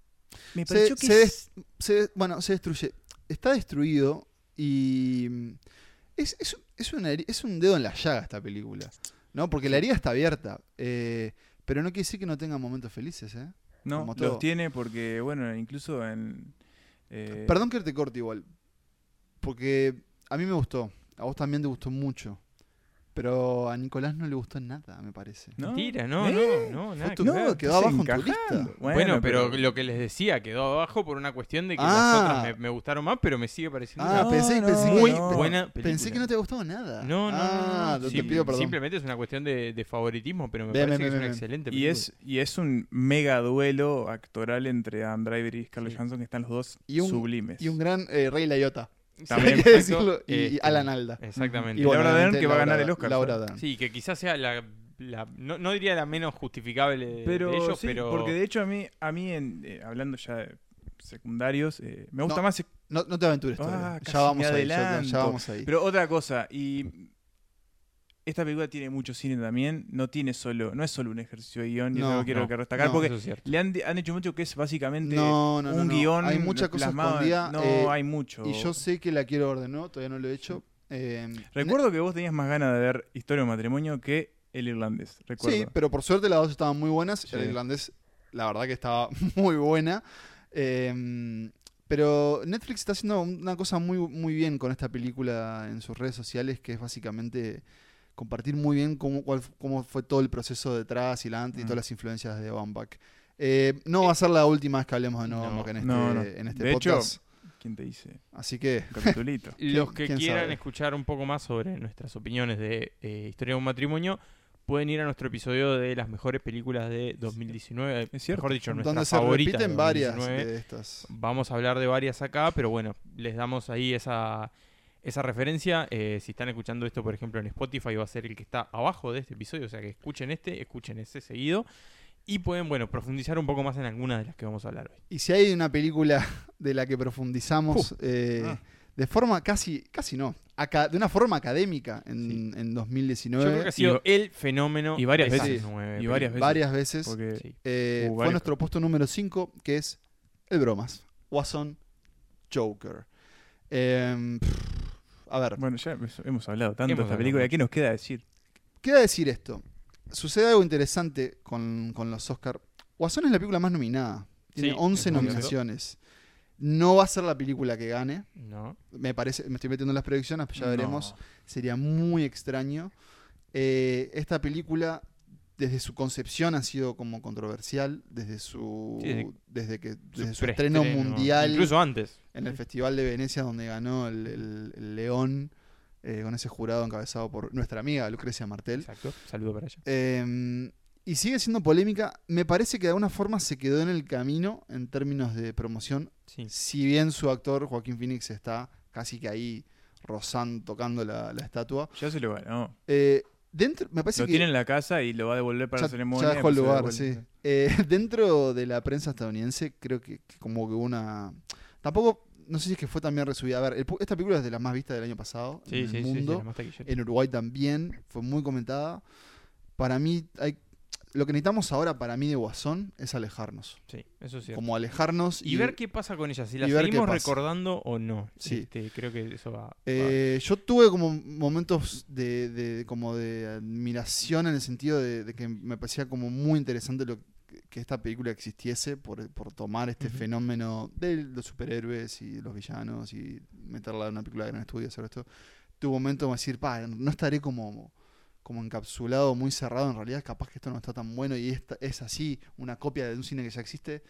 S6: Se-
S8: pareció que.
S6: se
S8: es-
S6: Se- bueno, se destruye. Está destruido y. mm, Es, es, es una heri- es un dedo en la llaga esta película. ¿No? Porque la herida está abierta. eh, pero no quiere decir que no tenga momentos felices, ¿eh?
S8: no,
S6: como todo.
S8: los tiene porque, bueno, incluso en. eh,
S6: Perdón que te corte igual. Porque a mí me gustó. A vos también te gustó mucho. Pero a Nicolás no le gustó nada, me parece.
S8: ¿no?
S7: Mentira, no,
S8: ¿Eh?
S7: no, no, nada
S6: tú-
S7: que
S6: no,
S7: ver.
S6: quedó
S8: Estás
S6: abajo en tu
S8: encajando.
S6: lista.
S8: Bueno,
S7: Bueno, pero,
S8: pero
S7: lo que les decía, quedó abajo por una cuestión de que
S6: Ah.
S7: las otras me, me gustaron más, pero me sigue pareciendo
S6: Ah,
S7: una
S6: pensé,
S8: no,
S6: pensé
S7: muy
S6: que, pe-
S7: buena película.
S6: pensé que no te gustó nada.
S7: No, no,
S6: Ah,
S7: no, no,
S6: te
S7: sí,
S6: pido perdón.
S7: Simplemente es una cuestión de, de favoritismo, pero me
S6: Bien,
S7: parece
S6: bien,
S7: que
S6: bien,
S7: es una excelente
S8: Y
S7: película.
S8: es, y es un mega duelo actoral entre Adam Driver y Scarlett
S7: Sí.
S8: Johansson, que están los dos
S6: Y un-
S8: sublimes.
S6: Y un gran eh, Rey Laiota.
S7: También,
S6: Hay que
S7: exacto,
S6: decirlo. Y, y
S7: este,
S6: Alan Alda.
S7: Exactamente.
S8: Y Laura Dern, que va a ganar el Oscar,
S6: Laura
S8: ¿sabes?
S6: Dern.
S7: Sí, que quizás sea la, la- no, no diría la menos justificable de,
S8: pero,
S7: Eh, de ellos,
S8: sí,
S7: pero
S8: porque de hecho a mí, a mí en, eh, hablando ya de secundarios, eh, me gusta
S6: No.
S8: más...
S6: No, no te aventures todavía. ya,
S8: Ah, casi
S6: vamos
S8: me
S6: ahí, ya,
S8: adelanto.
S6: ya vamos ahí.
S8: Pero otra cosa, y esta película tiene mucho cine también, no tiene solo, no es solo un ejercicio de guión, y
S6: No,
S8: eso lo quiero
S7: no,
S8: que destacar,
S6: no,
S8: porque
S7: eso es cierto.
S8: le han, han hecho mucho que es básicamente
S6: no, no, no,
S8: un
S6: no.
S8: guión
S6: Hay mucha cosa
S8: plasmado en-
S6: escondida.
S8: no,
S6: eh,
S8: hay mucho.
S6: Y yo sé que la quiero ver de nuevo, todavía no lo he hecho. Eh,
S8: Recuerdo que vos tenías más ganas de ver Historia de Matrimonio que El Irlandés, recuerdo.
S6: Sí, pero por suerte las dos estaban muy buenas.
S8: Sí.
S6: El irlandés, la verdad que estaba muy buena. Eh, pero Netflix está haciendo una cosa muy, muy bien con esta película en sus redes sociales, que es básicamente compartir muy bien cómo, cuál- cómo fue todo el proceso detrás y la antes y
S8: Mm.
S6: todas las influencias de Baumbach. Eh, no va a ser la última vez que hablemos de Noah
S7: No,
S6: Baumbach en este,
S8: no, no.
S6: En este
S8: De hecho-
S6: podcast.
S8: ¿Quién te dice?
S6: Así que
S8: Un capitulito.
S7: Los
S6: ¿Quién-
S7: que
S6: quién
S7: quieran
S6: sabe?
S7: escuchar un poco más sobre nuestras opiniones de eh, Historia de un matrimonio, pueden ir a nuestro episodio de las mejores películas de 2019. eh,
S8: Es cierto.
S7: Mejor dicho, nuestras
S6: donde se
S7: favoritas de
S6: repiten varias eh,
S7: 2019.
S6: de estas.
S7: Vamos a hablar de varias acá, pero bueno, les damos ahí esa, esa referencia. Eh, si están escuchando esto, por ejemplo, en Spotify, va a ser el que está abajo de este episodio. O sea que escuchen este, escuchen ese seguido. Y pueden, bueno, profundizar un poco más en algunas de las que vamos a hablar hoy.
S6: Y si hay una película de la que profundizamos
S7: Uh,
S6: eh,
S8: Ah.
S6: de forma casi, casi no, aca- de una forma académica en, en
S7: Yo
S6: 2019,
S7: creo que ha sido el fenómeno.
S8: y varias
S7: de
S6: veces.
S7: esas nueve
S8: Y varias
S6: varias veces,
S8: Porque
S7: Sí.
S6: eh,
S8: hubo
S6: fue
S8: varios.
S6: nuestro puesto número 5, que es El Bromas, Watson Joker. Eh, pff, a ver,
S8: Bueno, ya hemos- hemos hablado tanto
S7: Hemos
S8: de esta
S7: hablado
S8: película.
S7: mucho.
S8: ¿Qué nos queda decir?
S6: queda decir esto. Sucede algo interesante con, con los Oscar. Guasón es la película más nominada. Tiene
S7: Sí,
S6: 11
S7: es muy cierto.
S6: nominaciones. No va a ser la película que gane.
S7: No.
S6: Me parece, me estoy metiendo en las predicciones, pero ya
S8: No.
S6: veremos. Sería muy extraño. Eh, esta película, desde su concepción, ha sido como controversial. Desde su.
S7: Sí, desde-
S6: desde que.
S7: Su
S6: Desde su estreno
S7: preestreno,
S6: mundial.
S7: Incluso antes.
S6: en el Festival de Venecia, donde ganó el, el- el León. eh, con ese jurado encabezado por nuestra amiga Lucrecia Martel.
S7: Exacto. Saludo para allá.
S6: Eh, y sigue siendo polémica. Me parece que de alguna forma se quedó en el camino en términos de promoción.
S7: Sí.
S6: Si bien su actor Joaquín Phoenix está casi que ahí rozando, tocando la, la estatua.
S8: Ya se lo ganó.
S6: Eh, dentro, me parece
S8: Lo
S6: que
S8: tiene en la casa y lo va a devolver para
S6: ya-
S8: la ceremonia.
S6: ya dejó
S7: pues,
S6: el
S8: después se lo
S6: lugar,
S8: devuelve.
S6: sí. Eh, dentro de la prensa estadounidense, creo que, que como que hubo una. Tampoco, no sé si es que fue también resubida. A ver, el pu- esta película es de las más vistas del año pasado en
S7: Sí,
S6: el
S7: sí, sí, sí,
S6: mundo. Eh,
S7: la más taquillera.
S6: En Uruguay también, fue muy comentada. Para mí, hay, lo que necesitamos ahora para mí de Guasón es alejarnos.
S7: Sí, eso es cierto.
S6: Como alejarnos
S7: Y, ver qué pasa con ella, si la
S6: y ver qué
S7: seguimos
S6: pasa.
S7: recordando o no.
S6: Sí.
S7: Este, creo que eso va. va-
S6: Eh, yo tuve como momentos de, de- como de admiración en el sentido de, de que me parecía como muy interesante lo que, que esta película existiese por, por tomar este
S7: Ujú.
S6: fenómeno de los superhéroes y de los villanos y meterla en una película de gran estudio, hacer esto. Tuvo un momento de decir, pa, no estaré como, como encapsulado, muy cerrado, en realidad capaz que esto no está tan bueno y esta, es así, una copia de un cine que ya existe.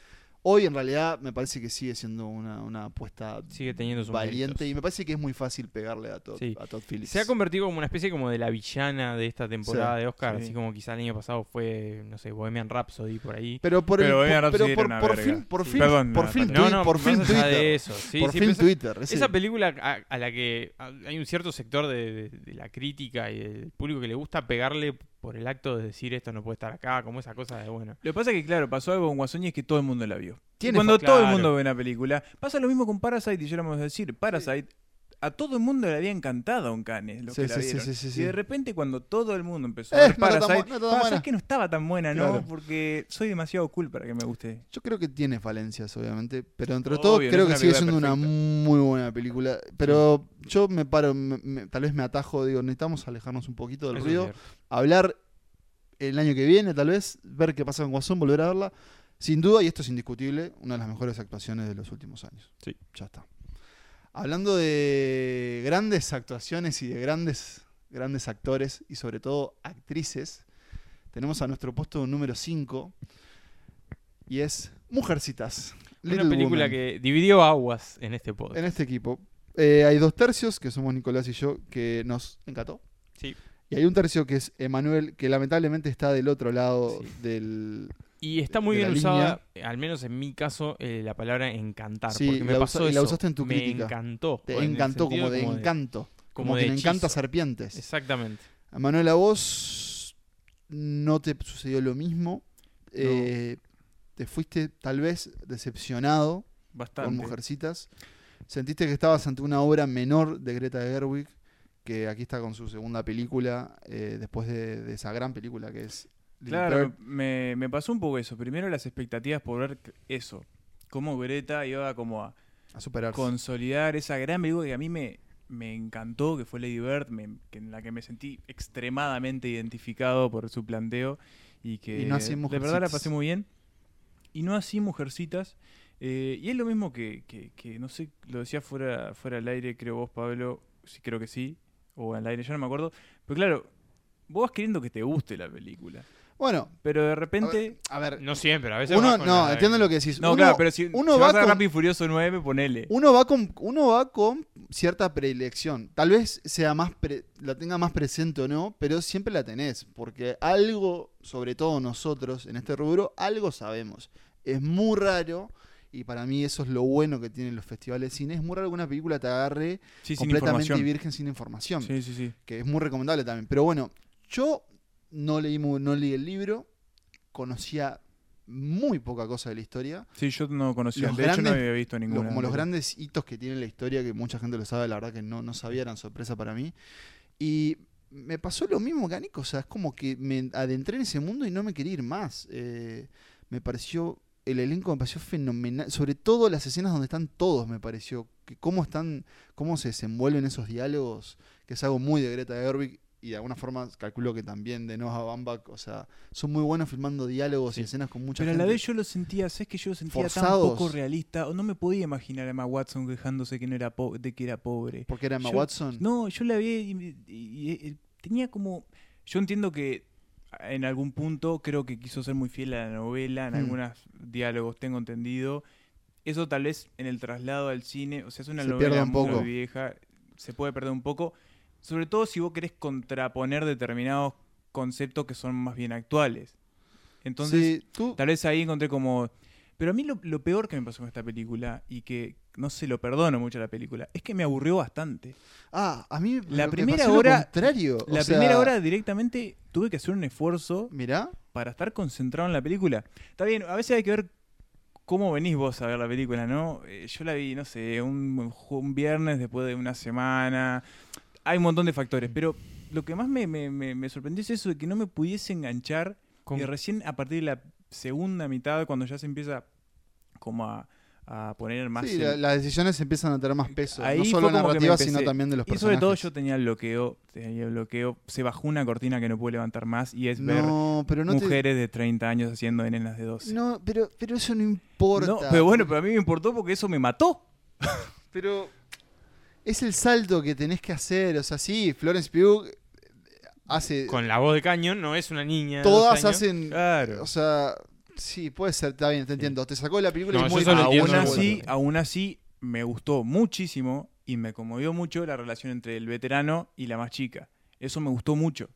S6: Hoy en realidad me parece que sigue siendo una, una apuesta
S7: Sigue teniendo sus
S6: valiente
S7: méritos.
S6: y me parece que es muy fácil pegarle a Todd,
S7: Sí.
S6: a Todd Phillips.
S7: Se ha convertido como una especie como de la villana de esta temporada
S6: Sí,
S7: de Oscar,
S8: sí.
S7: así como quizá el año pasado fue, no sé, Bohemian Rhapsody por ahí.
S6: Pero por el-
S8: Pero Bohemian
S6: por-
S8: Rhapsody
S6: pero por-
S8: era una
S6: por
S8: verga.
S6: fin, por
S8: Sí.
S6: fin,
S8: Perdón,
S6: por
S8: me
S6: fin,
S7: No,
S6: twi-
S7: no,
S6: por
S7: más
S6: fin
S7: allá
S6: Twitter.
S7: de eso. Sí,
S6: por
S7: sí,
S6: fin
S7: pero esa-
S6: Twitter. ese-
S7: Esa película a, a la que a- hay un cierto sector de, de- de la crítica y del público que le gusta pegarle por el acto de decir esto no puede estar acá, como esa cosa de bueno.
S8: Lo que pasa es que, claro, pasó algo con Guasón y es que todo el mundo la vio. Y
S6: Tiene
S8: cuando
S7: fa-
S8: todo el
S7: claro.
S8: mundo ve una película, pasa lo mismo con Parasite, y yo lo vamos a decir. Parasite, a todo el mundo le había encantado un Cannes, los
S6: Sí,
S8: que la
S6: sí, sí,
S8: vieron.
S6: sí, sí, sí.
S8: Y de repente, cuando todo el mundo empezó
S6: Eh,
S8: a ver
S6: no está tan
S8: Parasite,
S6: bu- no está tan
S8: "Ah,
S6: buena".
S8: ¿sabes que no estaba tan buena,
S6: Claro.
S8: ¿no? Porque soy demasiado cool para que me guste.
S6: Yo creo que tiene falencias, obviamente, pero entre
S8: Obvio,
S6: todo
S8: no es
S6: creo
S8: una
S6: que sigue
S8: película
S6: siendo una
S8: perfecta.
S6: muy buena película. Pero yo me paro, me- me- tal vez me atajo, digo, necesitamos alejarnos un poquito del
S7: Eso es
S6: ruido,
S7: cierto.
S6: hablar el año que viene, tal vez, ver qué pasa con Guasón, volver a verla. Sin duda, y esto es indiscutible, una de las mejores actuaciones de los últimos años.
S7: Sí.
S6: Ya está. Hablando de grandes actuaciones y de grandes, grandes actores y sobre todo actrices, tenemos a nuestro puesto número 5 y es Mujercitas. Little
S7: Una película
S6: Women.
S7: que dividió aguas en este podcast.
S6: En este equipo eh, hay dos tercios, que somos Nicolás y yo, que nos encantó.
S7: Sí.
S6: Y hay un tercio que es Emanuel, que lamentablemente está del otro lado
S7: Sí.
S6: del,
S7: Y está muy
S6: de la
S7: bien usada, eh, al menos en mi caso, eh, la palabra encantar.
S6: Sí,
S7: porque me
S6: la
S7: pasó
S6: usa- y la
S7: eso.
S6: usaste en tu
S7: me
S6: crítica.
S7: encantó.
S6: Te
S7: o en el
S6: encantó, como
S7: sentido
S6: de encanto. Como,
S7: de
S6: quien encanta
S7: hechizo.
S6: serpientes.
S7: Exactamente.
S6: A Manuel, a vos no te sucedió lo mismo. Eh, te fuiste tal vez decepcionado con
S8: Bastante.
S6: Mujercitas. Sentiste que estabas ante una obra menor de Greta Gerwig, que aquí está con su segunda película, eh, después de, de esa gran película que es... Little
S8: Claro,
S6: Bird.
S8: me, me pasó un poco eso. Primero las expectativas por ver c- eso. Cómo Greta iba como a
S6: A superarse.
S8: consolidar esa gran película que a mí me, me encantó, que fue Lady Bird, me- que en la que me sentí extremadamente identificado por su planteo y que
S6: Y no así
S8: de verdad la
S6: Mujercitas.
S8: pasé muy bien. Y no así Mujercitas. Eh, y es lo mismo que, que- que, no sé, lo decía fuera, fuera al aire, creo vos, Pablo, sí creo que sí, o al aire, yo no me acuerdo. Pero claro, vos vas queriendo que te guste la película.
S6: Bueno,
S8: Pero de
S6: a
S8: repente...
S6: ver... a ver,
S7: No siempre, a veces.
S6: uno,
S7: vas con
S6: no,
S7: la-
S6: entiendo lo que decís.
S8: No,
S6: Uno-
S8: claro, pero si,
S6: uno
S8: si
S6: va
S8: vas a
S6: con-
S8: Rápido y Furioso 9, ponele.
S6: Uno va con, uno va con cierta predilección. Tal vez sea más pre- la tenga más presente o no, pero siempre la tenés. Porque algo, sobre todo nosotros en este rubro, algo sabemos. Es muy raro, y para mí eso es lo bueno que tienen los festivales de cine, es muy raro que una película te agarre
S8: Sí, sin
S6: completamente
S8: información.
S6: virgen sin información.
S8: Sí, sí, sí.
S6: Que es muy recomendable también. Pero bueno, yo no leí, mu- no leí el libro, conocía muy poca cosa de la historia.
S8: Sí, yo no conocía.
S6: Los
S8: de hecho, no
S6: grandes-
S8: había visto
S6: Lo-
S8: ninguna.
S6: como los
S8: antes.
S6: grandes hitos que tiene la historia, que mucha gente lo sabe, la verdad que no, no sabía, eran sorpresa para mí. Y me pasó lo mismo que a Nico, o sea, es como que me adentré en ese mundo y no me quería ir más. Eh, me pareció, el elenco me pareció fenomenal, sobre todo las escenas donde están todos, me pareció, que cómo están, cómo se desenvuelven esos diálogos, que es algo muy de Greta Gerwig. Y de alguna forma calculo que también de Noah Baumbach, o sea, son muy buenos filmando diálogos y escenas con mucha
S8: Pero a
S6: gente.
S8: la vez yo lo sentía, ¿sabes que yo lo sentía
S6: Forzados.
S8: tan poco realista? O No me podía imaginar a Emma Watson quejándose que no era po- de que era pobre.
S6: Porque era Emma
S8: yo-
S6: Watson.
S8: No, yo la vi y, y- y- y tenía como. Yo entiendo que en algún punto creo que quiso ser muy fiel a la novela, en
S6: Mm.
S8: algunos diálogos tengo entendido. Eso tal vez en el traslado al cine, o sea, es una
S6: Se pierde
S8: novela
S6: un
S8: muy
S6: poco.
S8: vieja, se puede perder un poco. Sobre todo si vos querés contraponer determinados conceptos que son más bien actuales. Entonces,
S6: Sí, tú-
S8: Tal vez ahí encontré como. Pero a mí lo, lo peor que me pasó con esta película, y que no se lo perdono mucho a la película, es que me aburrió bastante.
S6: Ah, a mí
S8: La
S6: me
S8: primera
S6: pasó lo
S8: hora-
S6: contrario.
S8: La primera hora directamente tuve que hacer un esfuerzo
S6: Mirá,
S8: para estar concentrado en la película. Está bien, a veces hay que ver cómo venís vos a ver la película, ¿no? Eh, yo la vi, no sé, un, un viernes después de una semana. Hay un montón de factores, pero lo que más me, me- me- me sorprendió es eso de que no me pudiese enganchar
S7: Con-
S8: y recién a partir de la segunda mitad, cuando ya se empieza como a, a poner más.
S6: Sí,
S8: el-
S6: la- las decisiones empiezan a tener más peso.
S8: Ahí
S6: no
S8: fue
S6: solo
S8: como que me
S6: narrativas, sino
S8: empecé.
S6: también de los
S8: y sobre
S6: personajes.
S8: todo yo tenía el bloqueo, tenía el bloqueo, se bajó una cortina que no pude levantar más y es ver
S6: No, pero no te-
S8: mujeres de 30 años haciendo de nenas de 12.
S6: No, pero, pero eso no
S8: No,
S6: importa.
S8: pero bueno, pero a mí me importó porque eso me mató.
S6: Pero es el salto que tenés que hacer. O sea, sí, Florence Pugh hace.
S7: Con la voz de Cañón no es una niña. de
S6: todas
S7: dos años.
S6: hacen.
S8: Claro.
S6: O sea, sí, puede ser, está bien, te entiendo. Te sacó de la película
S7: No,
S6: y
S7: yo
S6: muy
S7: solo
S6: mal.
S7: entiendo
S8: aún
S7: el
S8: así,
S7: bueno.
S8: aún así, me gustó muchísimo y me conmovió mucho la relación entre el veterano y la más chica. Eso me gustó mucho.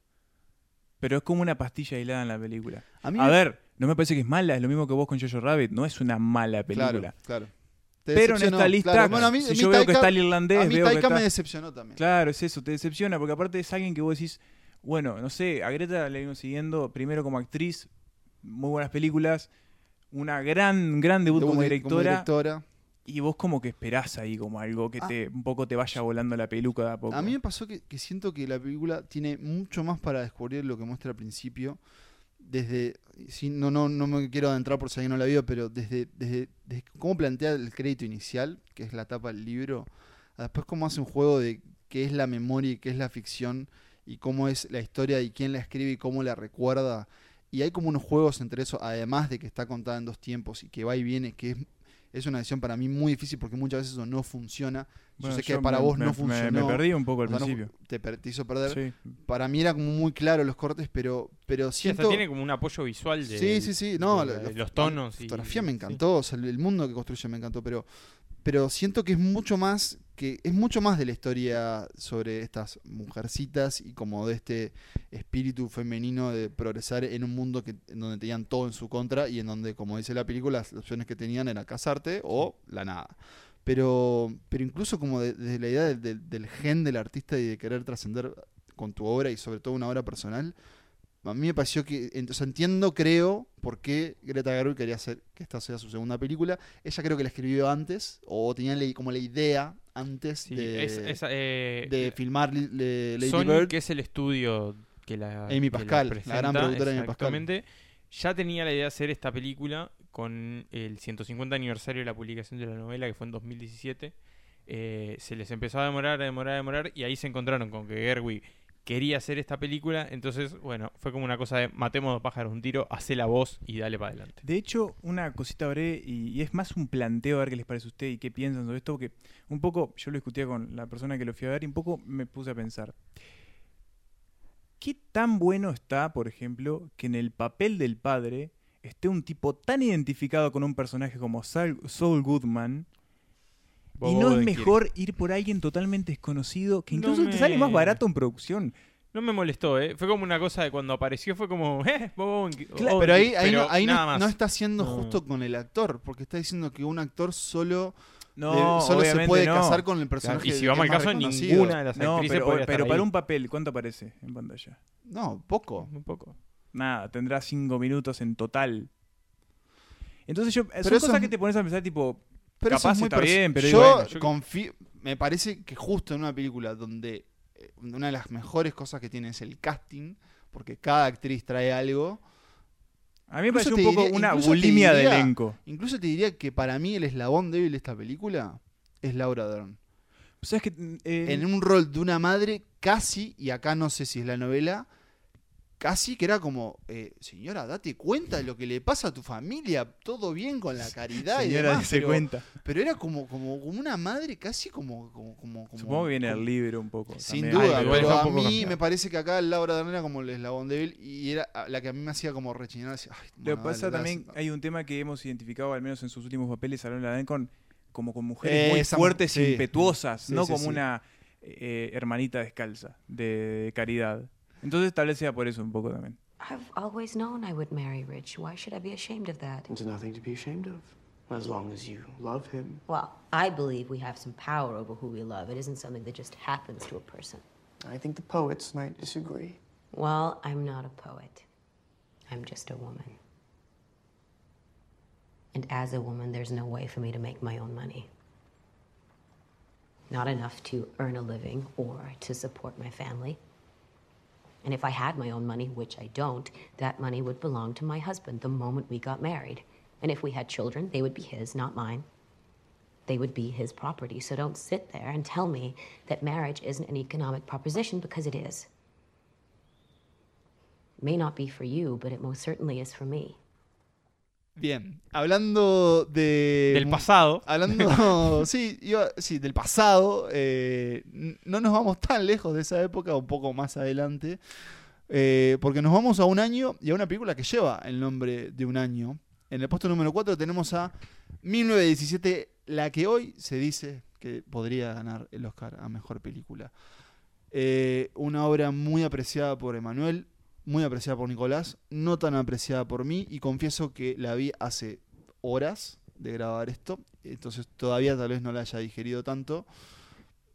S8: Pero es como una pastilla aislada en la película.
S6: A mí
S8: A
S6: me-
S8: ver, no me parece que es mala, es lo mismo que vos con Jojo Rabbit, no es una mala película.
S6: Claro, claro. Te
S8: Pero en
S6: decepcionó,
S8: esta lista,
S6: claro. Bueno, a mí-
S8: si
S6: a mí
S8: yo veo que
S6: Taika-
S8: está el irlandés,
S6: a mí
S8: veo que
S6: Taika
S8: está-
S6: me decepcionó también.
S8: Claro, es eso, te decepciona, porque aparte es alguien que vos decís, bueno, no sé, a Greta la vimos siguiendo primero como actriz, muy buenas películas, una gran, gran debut
S6: Debut
S8: como,
S6: de-
S8: directora,
S6: directora.
S8: y vos como que esperás ahí como algo que
S6: Ah.
S8: te un poco te vaya volando la peluca de a poco.
S6: A mí me pasó que, que siento que la película tiene mucho más para descubrir lo que muestra al principio. Desde. sí, no, no, no me quiero adentrar por si alguien no la vio, pero desde, desde, desde cómo plantea el crédito inicial, que es la tapa del libro, a después cómo hace un juego de qué es la memoria y qué es la ficción, y cómo es la historia y quién la escribe y cómo la recuerda. Y hay como unos juegos entre eso, además de que está contada en dos tiempos y que va y viene, que es, es una decisión para mí muy difícil porque muchas veces eso no funciona.
S8: Bueno,
S6: yo sé que
S8: yo
S6: para
S8: me-
S6: vos
S8: me-
S6: no
S8: me-
S6: funcionó.
S8: Me, perdí un poco al
S6: O sea, no-
S8: principio.
S6: te, per- te hizo perder.
S8: Sí.
S6: Para mí era como muy claro los cortes, pero, pero
S7: Sí, hasta
S6: siento.
S7: tiene como un apoyo visual de,
S6: Sí, sí, sí. No,
S7: de-
S6: la-
S7: de
S6: la-
S7: los tonos.
S6: La
S7: y-
S6: fotografía me
S7: sí.
S6: encantó, o sea, el- el mundo que construye me encantó, pero, pero siento que es mucho más que es mucho más de la historia sobre estas mujercitas y como de este espíritu femenino de progresar en un mundo que, en donde tenían todo en su contra y en donde, como dice la película, las opciones que tenían era casarte o la nada. Pero, pero incluso como de- desde la idea del- del- del gen del artista y de querer trascender con tu obra y sobre todo una obra personal, a mí me pareció que, entonces entiendo, creo, por qué Greta Gerwig quería hacer que esta sea su segunda película. Ella creo que la escribió antes, o tenía la- como la idea antes
S7: Sí,
S6: de,
S7: es- es, eh,
S6: de filmar Li- le- Lady
S7: Sony,
S6: Bird.
S7: que es el estudio que la.
S6: Amy
S7: que la
S6: Pascal, la gran productora Amy Pascal.
S7: Exactamente. Ya tenía la idea de hacer esta película con el 150 aniversario de la publicación de la novela, que fue en 2017. Eh, se les empezó a demorar, a demorar, a demorar, y ahí se encontraron con que Gerwig quería hacer esta película. Entonces, bueno, fue como una cosa de matemos dos pájaros de un tiro, hace la voz y dale para adelante.
S8: De hecho, una cosita breve, y, y es más un planteo a ver qué les parece a usted y qué piensan sobre esto, porque un poco, yo lo discutía con la persona que lo fui a ver y un poco me puse a pensar. ¿Qué tan bueno está, por ejemplo, que en el papel del padre esté un tipo tan identificado con un personaje como Sal- Saul Goodman
S7: Bob
S8: y no es
S7: Odenkirk.
S8: mejor ir por alguien totalmente desconocido que
S7: No
S8: incluso te sale
S7: me-
S8: más barato en producción?
S7: No me molestó, ¿eh? Fue como una cosa de cuando apareció, fue como, eh, Bob Odenkirk,
S8: Claro,
S6: pero ahí,
S7: Odenkirk,
S6: ahí no-
S7: pero
S6: ahí no,
S7: nada más.
S6: no está siendo
S7: No.
S6: justo con el actor, porque está diciendo que un actor solo,
S8: No,
S6: le- Eh, solo se
S8: obviamente
S6: puede
S8: no.
S6: casar con el personaje.
S7: y si
S6: que
S7: vamos al
S6: es más
S7: caso,
S6: reconocido.
S7: ninguna de las
S8: No,
S7: actrices
S8: pero,
S7: podría estar
S8: pero para
S7: ahí.
S8: un papel, ¿cuánto aparece en pantalla?
S6: No, poco.
S7: Un poco.
S8: nada, tendrá cinco minutos en total. Entonces yo, eh, son
S6: eso
S8: cosas
S6: es-
S8: que te pones a pensar tipo,
S6: Pero eso
S8: Capaz
S6: es muy
S8: está
S6: perso-
S8: bien, pero
S6: yo
S8: bueno, yo-
S6: confío. Me parece que justo en una película donde eh, una de las mejores cosas que tiene es el casting, porque cada actriz trae algo.
S8: a mí me
S6: Incluso
S8: pareció
S6: te
S8: un poco
S6: diría-
S8: una
S6: incluso te
S8: bulimia de
S6: diría-
S8: elenco.
S6: Incluso te diría que para mí el eslabón débil de esta película es Laura Dern.
S8: O sea, es que mm, eh,
S6: En un rol de una madre casi, y acá no sé si es la novela, casi que era como, eh, señora, date cuenta de lo que le pasa a tu familia, todo bien con la caridad y
S8: señora
S6: demás,
S8: se
S6: pero-
S8: cuenta.
S6: Pero era como, como, como una madre casi como... como, como, como-
S8: Supongo que viene
S6: como-
S8: el libro un poco.
S6: Sin
S8: también.
S6: duda,
S7: Ay, igual
S6: pero
S7: está
S6: a
S7: un poco
S6: mí
S7: cambiado.
S6: me parece que acá Laura Dern era como el eslabón débil y era a- la que a mí me hacía como rechinar. decía, "Ay,
S8: Lo
S6: bueno,
S8: que pasa
S6: dale,
S8: también,
S6: gracias".
S8: hay un tema que hemos identificado, al menos en sus últimos papeles, Salón la Dan, con como con mujeres muy
S6: Esa mu-
S8: fuertes
S6: sí.
S8: e impetuosas,
S6: Sí,
S8: no
S6: sí,
S8: como
S6: sí.
S8: una eh, hermanita descalza de, de caridad. Entonces tal vez sea por eso un poco también.
S9: I've always known I would marry Rich. Why should I be ashamed of that?
S10: There's nothing to be ashamed of, as long as you love him.
S11: Well, I believe we have some power over who we love. It isn't something that just happens to a person.
S10: I think the poets might disagree.
S11: Well, I'm not a poet. I'm just a woman. And as a woman, there's no way for me to make my own money. Not enough to earn a living or to support my family. And if I had my own money, which I don't, that money would belong to my husband the moment we got married. And if we had children, they would be his, not mine. They would be his property. So don't sit there and tell me that marriage isn't an economic proposition because it is. May not be for you, but it most certainly is for me.
S6: Bien, hablando de...
S7: Del pasado.
S6: Hablando, sí, iba- sí, del pasado, eh, n- no nos vamos tan lejos de esa época, un poco más adelante, eh, porque nos vamos a un año y a una película que lleva el nombre de un año. En el puesto número 4 tenemos a 1917, la que hoy se dice que podría ganar el Oscar a Mejor Película. Eh, una obra muy apreciada por Emanuel, muy apreciada por Nicolás, no tan apreciada por mí, y confieso que la vi hace horas de grabar esto, entonces todavía tal vez no la haya digerido tanto.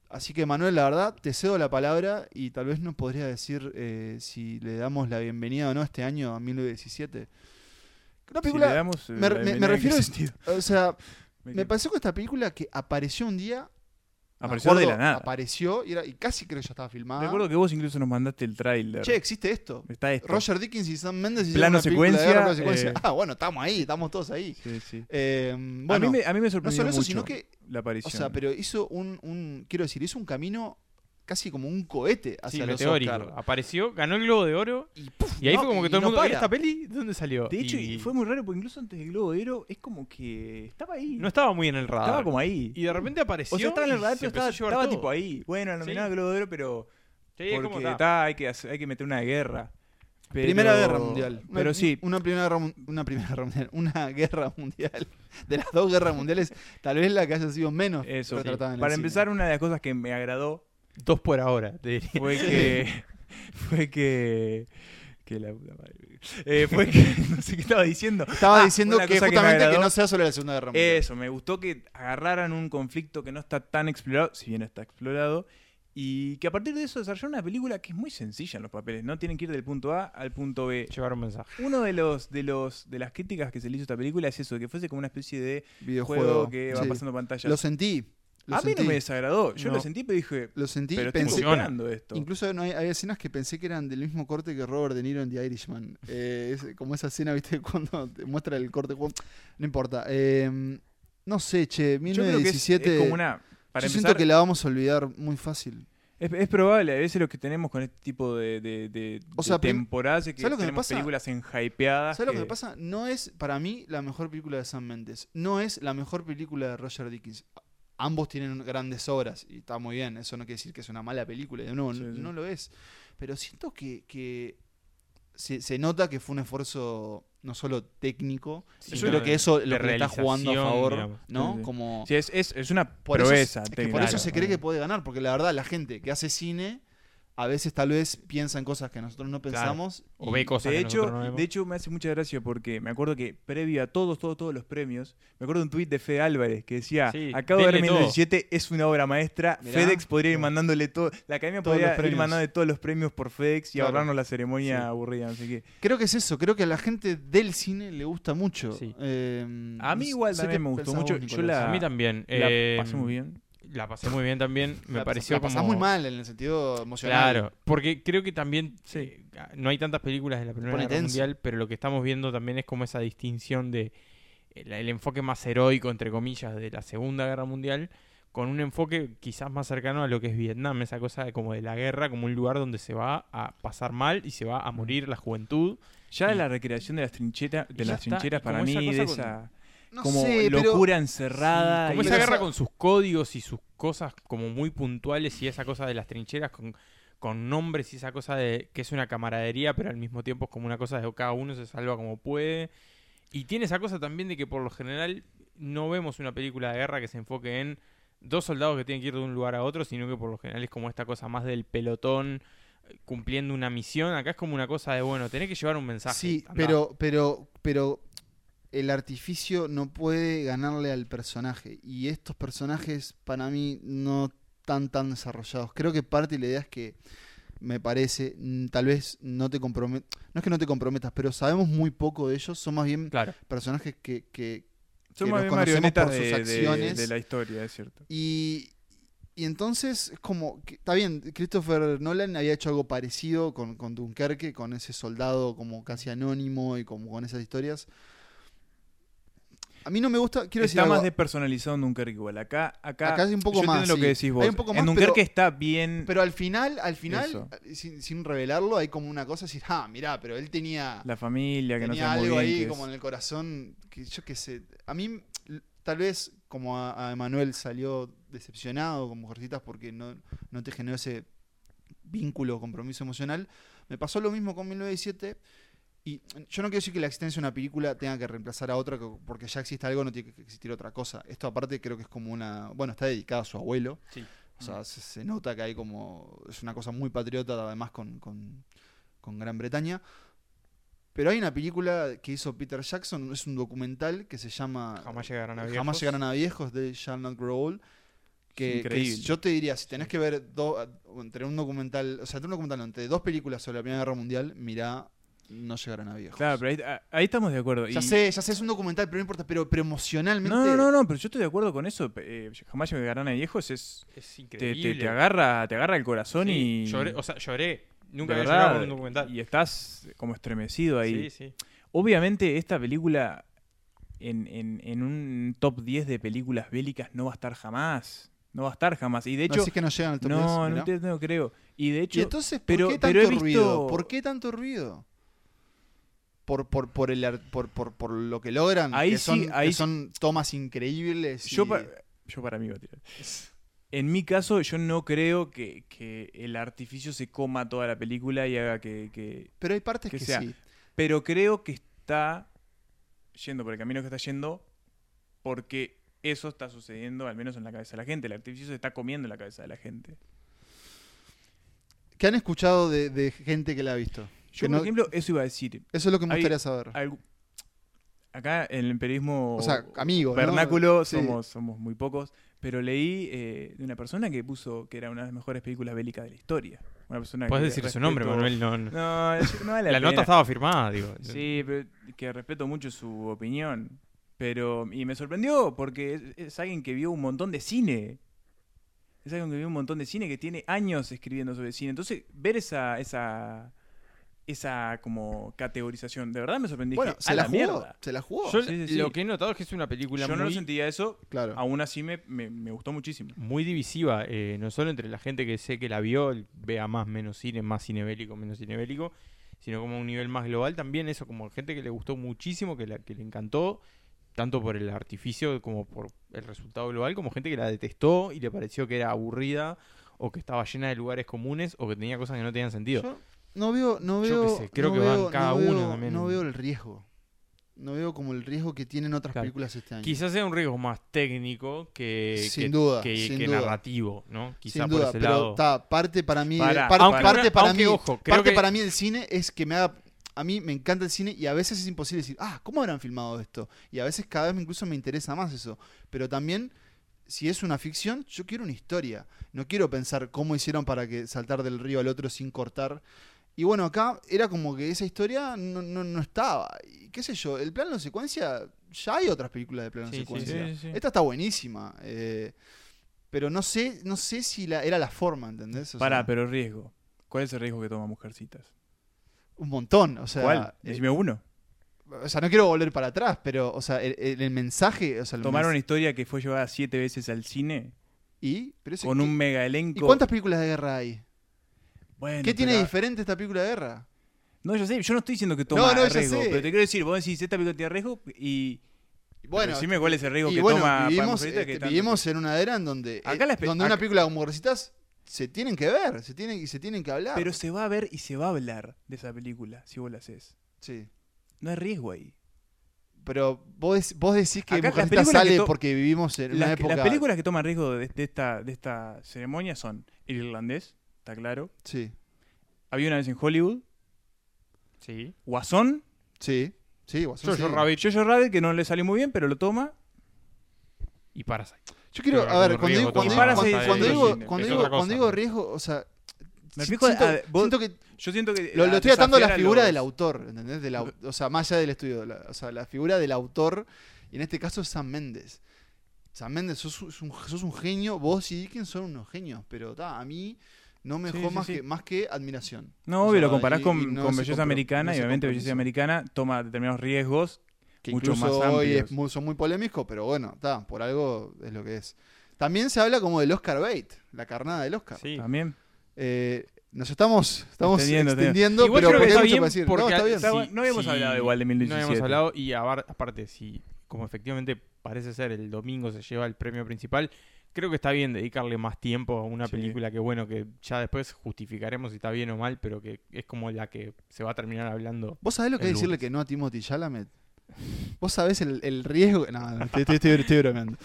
S6: Así que Manuel, la verdad, te cedo la palabra y tal vez nos podrías decir eh, si le damos la bienvenida o no este año a 1917. Una
S8: Si le
S6: película,
S8: damos, eh,
S6: me,
S8: la
S6: me- me
S8: bienvenida, ¿en qué
S6: refiero, este,
S8: sentido?
S6: o sea,
S8: Me
S6: me
S8: quedo-
S6: pareció que esta película que apareció un día, me
S8: Apareció de
S6: acuerdo,
S8: la nada.
S6: apareció y, era- y casi creo que ya estaba filmada.
S8: Recuerdo que vos incluso nos mandaste el tráiler.
S6: Che, existe esto.
S8: Está esto.
S6: Roger Dickens y Sam Mendes hicieron
S8: Plano
S6: una película de
S8: secuencia,
S6: guerra, plano secuencia.
S8: eh.
S6: Ah, bueno, estamos ahí, estamos todos ahí.
S8: Sí, sí.
S6: Eh, bueno,
S8: a, mí me, a mí me
S6: no
S8: sorprendió
S6: solo eso,
S8: mucho
S6: sino que
S8: la
S6: o
S8: aparición.
S6: sea, pero hizo un, un- quiero decir, hizo un camino casi como un cohete
S7: Sí,
S6: hacia los
S7: meteórico.
S6: Oscar.
S7: Apareció, ganó el Globo de Oro.
S6: Y, puf,
S7: Y ahí
S6: no,
S7: fue como que
S6: y
S7: todo el
S6: no
S7: mundo. "¿Y
S6: para.
S7: ¿Esta peli? ¿De dónde salió?
S8: de hecho,
S7: Y
S8: y fue muy raro porque incluso antes del Globo de Oro es como que estaba ahí.
S7: No estaba muy en el radar.
S8: estaba como ahí.
S7: Y de repente apareció.
S8: o sea, estaba en
S7: y
S8: el radar,
S7: se
S8: pero estaba,
S7: empezó a llevar
S8: estaba
S7: todo.
S8: tipo ahí. Bueno, nominado
S7: Sí.
S8: al Globo de Oro, pero
S7: Sí, es como
S8: porque
S7: está.
S8: está, hay, que hacer- hay que meter una guerra. Pero-
S6: Primera Guerra Mundial. Una-
S8: Pero sí,
S6: Una primera guerra, mun- una primera guerra mundial. Una guerra mundial. De las dos guerras mundiales, tal vez la que haya sido menos
S8: eso.
S6: retratada en el
S8: Para
S6: cine.
S8: empezar, una de las cosas que me agradó
S7: Dos por ahora, te diría.
S8: fue que fue que que la puta madre. Eh, fue que no sé qué estaba diciendo
S6: Estaba
S8: Ah,
S6: diciendo
S8: una
S6: que
S8: cosa me
S6: justamente que,
S8: agradó.
S6: no sea sobre la Segunda Guerra Mundial.
S8: eso me gustó que agarraran un conflicto que no está tan explorado si bien está explorado y que a partir de eso desarrollaron una película que es muy sencilla en los papeles no tienen que ir del punto A al punto B
S7: Llevar un mensaje.
S8: uno de los de los de las críticas que se le hizo a esta película es eso que fuese como una especie de
S6: Videojuego.
S8: juego que va
S6: sí.
S8: pasando pantallas
S6: Lo sentí. Lo
S8: a mí
S6: sentí.
S8: no me desagradó yo
S6: No.
S8: lo sentí pero dije
S6: Lo sentí,
S8: pero estoy
S6: pensé.
S7: Funciona.
S8: comprando esto
S6: Incluso no hay, hay escenas que pensé que eran del mismo corte que Robert De Niro en The Irishman. Eh, es como esa escena, ¿viste? Cuando te muestra el corte. bueno, No importa. Eh, no sé, che,
S8: yo creo que es-
S6: 1917.
S8: es, como una
S6: yo
S8: para empezar,
S6: siento que la vamos a olvidar muy fácil.
S8: Es, es probable, a veces lo que tenemos con este tipo de, de, de-
S6: O
S8: de
S6: sea, pero-
S8: temporadas es que
S6: ¿sabes lo que me
S8: tenemos
S6: pasa?
S8: películas enhypeadas.
S6: ¿Sabes lo que me pasa? No es, para mí, la mejor película de Sam Mendes. No es la mejor película de Roger Dickens. Ambos tienen grandes obras y está muy bien. Eso no quiere decir que es una mala película. y De nuevo,
S8: Sí,
S6: no,
S8: sí.
S6: no lo es. Pero siento que, que se, se nota que fue un esfuerzo no solo técnico,
S7: Sí,
S6: sino
S7: no,
S6: que eso
S7: de
S6: lo que le está jugando a
S7: realización,
S6: favor,
S7: digamos.
S6: ¿no?
S8: Sí, sí.
S6: Como
S8: Sí, es, es, es una
S6: por eso,
S8: proeza.
S6: es que por
S8: técnica.
S6: eso se cree
S8: Claro.
S6: que puede ganar, porque la verdad la gente que hace cine a veces tal vez piensa en cosas que nosotros no pensamos.
S7: O ve cosas
S8: de
S7: que
S8: hecho,
S7: nosotros no vemos.
S8: de hecho, me hace mucha gracia porque me acuerdo que previo a todos, todos, todos los premios, me acuerdo un tuit de Fede Álvarez que decía,
S7: Sí,
S8: acabo de ver
S7: denle todo".
S8: 1917, es una obra maestra,
S6: Mirá.
S8: FedEx podría ir mandándole todo, la academia
S6: Todos los
S8: podría ir
S6: premios.
S8: mandándole todos los premios por FedEx y
S6: Claro.
S8: ahorrarnos la ceremonia
S6: Sí.
S8: aburrida, no sé qué.
S6: Creo que es eso, creo que a la gente del cine le gusta mucho.
S7: Sí.
S6: Eh,
S8: A mí
S6: no
S8: igual
S6: sé
S8: también
S6: qué
S8: me gustó
S6: pensás
S8: mucho.
S6: vos,
S8: Yo
S6: Nicolás.
S8: la-
S7: A mí también.
S8: La
S7: eh,
S8: pasé muy bien.
S7: La pasé muy bien también. Me
S6: La-
S7: pareció
S6: la pasás
S7: como.
S6: muy mal en el sentido emocional.
S7: Claro, porque creo que también eh, no hay tantas películas de la Primera
S6: pone
S7: Guerra
S6: tenso.
S7: Mundial, pero lo que estamos viendo también es como esa distinción de el, el enfoque más heroico, entre comillas, de la Segunda Guerra Mundial, con un enfoque quizás más cercano a lo que es Vietnam, esa cosa de como de la guerra, como un lugar donde se va a pasar mal y se va a morir la juventud.
S8: Ya
S7: Y-
S8: la recreación de las trincheras, de
S7: Ya
S8: las
S7: está,
S8: trincheras
S7: y
S8: para
S7: como
S8: mí,
S7: esa
S8: de
S7: cosa con-
S8: esa
S6: No
S8: como
S6: sé, pero-
S8: locura encerrada.
S7: Como
S8: y-
S7: esa
S6: Pero,
S7: guerra
S6: o sea-
S7: con sus códigos y sus cosas como muy puntuales y esa cosa de las trincheras con, con nombres y esa cosa de que es una camaradería, pero al mismo tiempo es como una cosa de cada uno se salva como puede. Y tiene esa cosa también de que por lo general no vemos una película de guerra que se enfoque en dos soldados que tienen que ir de un lugar a otro, sino que por lo general es como esta cosa más del pelotón eh, cumpliendo una misión. Acá es como una cosa de, bueno, tenés que llevar un mensaje.
S6: Sí,
S7: andá.
S6: pero, pero, pero el artificio no puede ganarle al personaje. Y estos personajes, para mí, no están tan desarrollados. Creo que parte de la idea es que, me parece, mm, tal vez no te comprometas. No es que no te comprometas, pero sabemos muy poco de ellos. Son más bien
S7: Claro.
S6: personajes que. que-
S8: Son
S6: que
S8: más
S6: los
S8: bien
S6: conocemos
S8: marionetas
S6: por sus
S8: de, de-
S6: acciones.
S8: de la historia, es cierto.
S6: y. Y entonces, es como. que- Está bien, Christopher Nolan había hecho algo parecido con, con Dunkerque, con ese soldado como casi anónimo y como con esas historias. A mí no me gusta, quiero decir
S8: está
S6: algo.
S8: más despersonalizado Dunkerque igual. Acá, acá,
S6: Acá hay un poco
S8: yo entiendo
S6: más,
S8: lo
S6: sí.
S8: que decís vos.
S6: Hay un poco
S8: en
S6: más,
S8: Dunkerque
S6: pero-
S8: está bien
S6: Pero al final, al final,
S8: Eso.
S6: sin, sin revelarlo, hay como una cosa así, ah, mirá, pero él tenía,
S8: la familia, que no
S6: tenía
S8: sabe muy
S6: algo
S8: bien.
S6: ahí
S8: qué es.
S6: como en el corazón, que yo qué sé. A mí, l- tal vez, como a, a Emanuel salió decepcionado con Mujercitas porque no, no te generó ese vínculo o compromiso emocional, me pasó lo mismo con 1917. Y yo no quiero decir que la existencia de una película tenga que reemplazar a otra, co- porque ya existe algo, no tiene que existir otra cosa. Esto aparte creo que es como una... Bueno, está dedicado a su abuelo.
S8: Sí.
S6: O sea, se, se nota que hay como... Es una cosa muy patriota, además, con, con, con Gran Bretaña. Pero hay una película que hizo Peter Jackson, es un documental que se llama
S7: Jamás llegarán a
S6: Jamás
S7: viejos.
S6: llegarán a viejos de Shall Not Grow Old. Que, que
S8: Increíble.
S6: yo te diría, si tenés que ver do- entre un documental, o sea, entre un documental, no, entre dos películas sobre la Primera Guerra Mundial, mirá, no llegarán a viejos.
S8: Claro, pero ahí, ah, ahí estamos de acuerdo.
S6: Ya
S8: Y-
S6: sé, ya sé, es un documental, pero no importa, pero, pero emocionalmente.
S8: No, no, no, no, pero yo estoy de acuerdo con eso. Eh, jamás llegarán a viejos es...
S7: Es
S8: te- Te,
S7: increíble.
S8: te agarra, te agarra el corazón
S7: Sí,
S8: y...
S7: lloré, o sea, lloré. Nunca
S8: de
S7: había
S8: verdad,
S7: llorado con un documental.
S8: Y estás como estremecido ahí.
S7: Sí, sí.
S8: Obviamente esta película en, en- en un top 10 de películas bélicas no va a estar jamás. No va a estar jamás. Y de
S6: No,
S8: hecho...
S6: así que no llegan al top
S8: no,
S6: 10,
S8: no,
S6: mirá.
S8: te- no creo. Y de hecho...
S6: Y entonces, ¿por
S8: pero-
S6: qué tanto
S8: pero he visto-
S6: ruido? ¿Por qué tanto ruido? Por, por, por, el, ar- por, por, por lo que logran,
S8: Ahí
S6: que, son,
S8: sí,
S6: que
S8: ahí sí.
S6: son tomas increíbles. y-
S8: Yo, pa- yo para mí iba a tirar. En mi caso, yo no creo que, que el artificio se coma toda la película y haga que, que-
S6: Pero hay partes que,
S8: que sea.
S6: sí.
S8: Pero creo que está yendo por el camino que está yendo porque eso está sucediendo, al menos en la cabeza de la gente. El artificio se está comiendo en la cabeza de la gente.
S6: ¿Qué han escuchado de, de gente que la ha visto?
S8: Yo,
S6: Que
S8: por
S6: no-
S8: ejemplo, eso iba a decir.
S6: eso es lo que me
S8: hay-
S6: gustaría saber.
S8: Algu- acá en el periodismo
S6: O sea, amigos, ¿no?
S8: vernáculo
S6: Sí.
S8: somos, somos muy pocos, pero leí eh, de una persona que puso que era una de las mejores películas bélicas de la historia. Una persona
S7: Podés
S8: que
S7: decir su
S8: respeto-
S7: nombre, Manuel. No, no.
S8: No, es- no vale la,
S7: La, nota
S8: pena.
S7: estaba firmada, digo.
S8: Sí, pero que respeto mucho su opinión. Pero, y me sorprendió porque es, es alguien que vio un montón de cine. Es alguien que vio un montón de cine, que tiene años escribiendo sobre cine. Entonces, ver esa, esa, esa como categorización, de verdad me sorprendí.
S6: bueno,
S8: Dije,
S6: se
S8: "A
S6: la,
S8: la
S6: jugó.
S8: mierda.
S6: Se la jugó.
S7: Yo
S8: sí, sí,
S7: lo
S8: sí.
S7: que he notado es que es una película
S8: Yo no lo
S7: muy,
S8: sentía eso,
S6: claro.
S8: aún así me, me, me gustó muchísimo.
S7: muy divisiva, eh, no solo entre la gente que sé que la vio, el- vea más, menos cine, más cine bélico, menos cine bélico, sino como a un nivel más global también, eso, como gente que le gustó muchísimo, que, la, que le encantó, tanto por el artificio como por el resultado global, como gente que la detestó y le pareció que era aburrida o que estaba llena de lugares comunes o que tenía cosas que no tenían sentido.
S6: Yo no veo, no
S7: Yo
S6: veo,
S7: qué sé, creo
S6: no
S7: que
S6: veo-
S7: van cada
S6: no
S7: uno
S6: veo-
S7: también.
S6: No veo el riesgo. No veo como el riesgo que tienen otras
S7: Claro.
S6: películas este año.
S7: Quizás sea un riesgo más técnico que,
S6: Sin
S7: que-
S6: duda,
S7: que-
S6: sin
S7: que
S6: duda.
S7: narrativo, ¿no? Quizás
S6: Sin
S7: por
S6: duda,
S7: ese
S6: pero
S7: lado.
S6: está parte para mí,
S8: Pará,
S6: par-
S8: aunque
S6: parte
S7: una-
S6: para
S7: aunque,
S6: mí,
S7: ojo, creo
S6: parte
S7: que-
S6: para mí del cine es que me haga a mí me encanta el cine y a veces es imposible decir, ah, ¿cómo habrán filmado esto? Y a veces cada vez incluso me interesa más eso. Pero también, si es una ficción, yo quiero una historia. No quiero pensar cómo hicieron para que saltar del río al otro sin cortar. Y bueno, acá era como que esa historia no, no, no estaba. Y qué sé yo, el plano secuencia, ya hay otras películas de plano
S7: Sí, sí,
S6: secuencia.
S8: sí, sí, sí.
S6: Esta está buenísima. eh, pero no sé, no sé si la, era la forma, ¿entendés? O
S8: Pará,
S6: sea,
S8: pero riesgo. ¿Cuál es el riesgo que toma Mujercitas?
S6: Un montón, o sea.
S8: ¿Cuál?
S6: eh,
S8: Decime uno.
S6: o sea, no quiero volver para atrás, pero, o sea, el, el- el mensaje. O sea, el
S8: Tomar una
S6: mens-
S8: historia que fue llevada siete veces al cine
S6: y, pero ese-
S8: con un mega
S6: ¿Y
S8: elenco.
S6: cuántas películas de guerra hay?
S8: Bueno,
S6: ¿Qué tiene
S8: pero-
S6: diferente esta película de guerra?
S8: No, yo sé, yo no estoy diciendo que toma
S6: No, no, ya
S8: riesgo,
S6: sé.
S8: pero te quiero decir, vos decís esta película tiene riesgo y
S6: Bueno,
S8: pero decime cuál es el riesgo
S6: y
S8: que
S6: bueno,
S8: toma
S6: vivimos,
S8: Panfleta
S6: este,
S8: que tanto-
S6: vivimos en una era en donde, eh,
S8: Acá las pe-
S6: donde una
S8: acá-
S6: película como Gorricitas se tienen que ver, se tienen, y se tienen que hablar.
S8: Pero se va a ver y se va a hablar de esa película si vos la haces.
S6: Sí.
S8: No hay riesgo ahí.
S6: Pero vos, dec- vos decís que
S8: Acá las
S6: Mujercitas
S8: películas que
S6: sale
S8: to-
S6: porque vivimos en una
S8: Las, que-
S6: época.
S8: las películas que toman riesgo de, de esta, de esta ceremonia son El Irlandés, está claro.
S6: Sí,
S8: Había una vez en Hollywood,
S7: Sí.
S8: Guasón, Eh,
S6: sí, sí, Guasón,
S7: Jojo
S6: sí.
S7: Rabbit
S8: Jojo Rabbit, que no le salió muy bien, pero lo toma.
S7: y Parasite.
S6: Yo quiero,
S7: Pero
S6: a ver,
S7: Eh, como
S6: cuando
S7: riesgo
S6: digo, cuando, digo-
S8: todo pasa
S6: cuando- cuando
S8: de- de
S6: digo,
S8: cine.
S6: cuando
S7: Es
S6: digo,
S7: otra cosa,
S6: cuando digo
S7: ¿no?
S6: riesgo, o sea,
S8: Me
S6: si-
S8: fijo,
S6: siento,
S8: a ver, vos-
S6: siento que
S8: Yo siento que.
S6: lo,
S8: ah,
S6: lo estoy atando a la
S8: desafiar
S6: figura
S8: los-
S6: del autor, ¿entendés? Del au- o sea, más allá del estudio, la- o sea, la figura del autor, y en este caso es Sam Méndez. Sam Méndez, sos, un- sos un, sos un genio, vos y Dickens son unos genios, pero ta, a mí no me
S8: Sí,
S6: dejó
S8: sí,
S6: más,
S8: sí.
S6: Que, más que admiración.
S8: No,
S6: O
S8: obvio,
S6: sea,
S8: lo comparás
S6: y-
S8: con,
S6: y no
S8: con
S6: ese
S8: Belleza
S6: compro-
S8: Americana
S6: no
S8: y
S6: ese
S8: obviamente
S6: compromiso.
S8: Belleza Americana toma determinados riesgos
S6: que
S8: Mucho
S6: incluso
S8: más
S6: hoy
S8: amplios.
S6: es muy- son muy polémicos, pero bueno, está, por algo es lo que es. También se habla como del Oscar bait, la carnada del Oscar.
S8: También.
S6: Eh, nos estamos, estamos
S8: Extendiendo,
S6: extendiendo,
S8: extendiendo. Igual
S6: pero
S8: creo que
S6: porque
S8: está
S6: hay mucho
S8: bien
S6: para decir.
S8: porque
S6: no, está bien.
S8: está bueno. No habíamos hablado igual de
S7: No
S8: 1917.
S7: habíamos hablado y abar- aparte, si como efectivamente parece ser el domingo se lleva el premio principal, creo que está bien dedicarle más tiempo a una película que bueno, que ya después justificaremos si está bien o mal, pero que es como la que se va a terminar hablando.
S6: ¿Vos sabés lo que
S7: el
S6: es decirle
S7: lunes.
S6: que no a Timothy Chalamet? ¿Vos sabés el, el riesgo? No, no, estoy, estoy- estoy- estoy bromeando.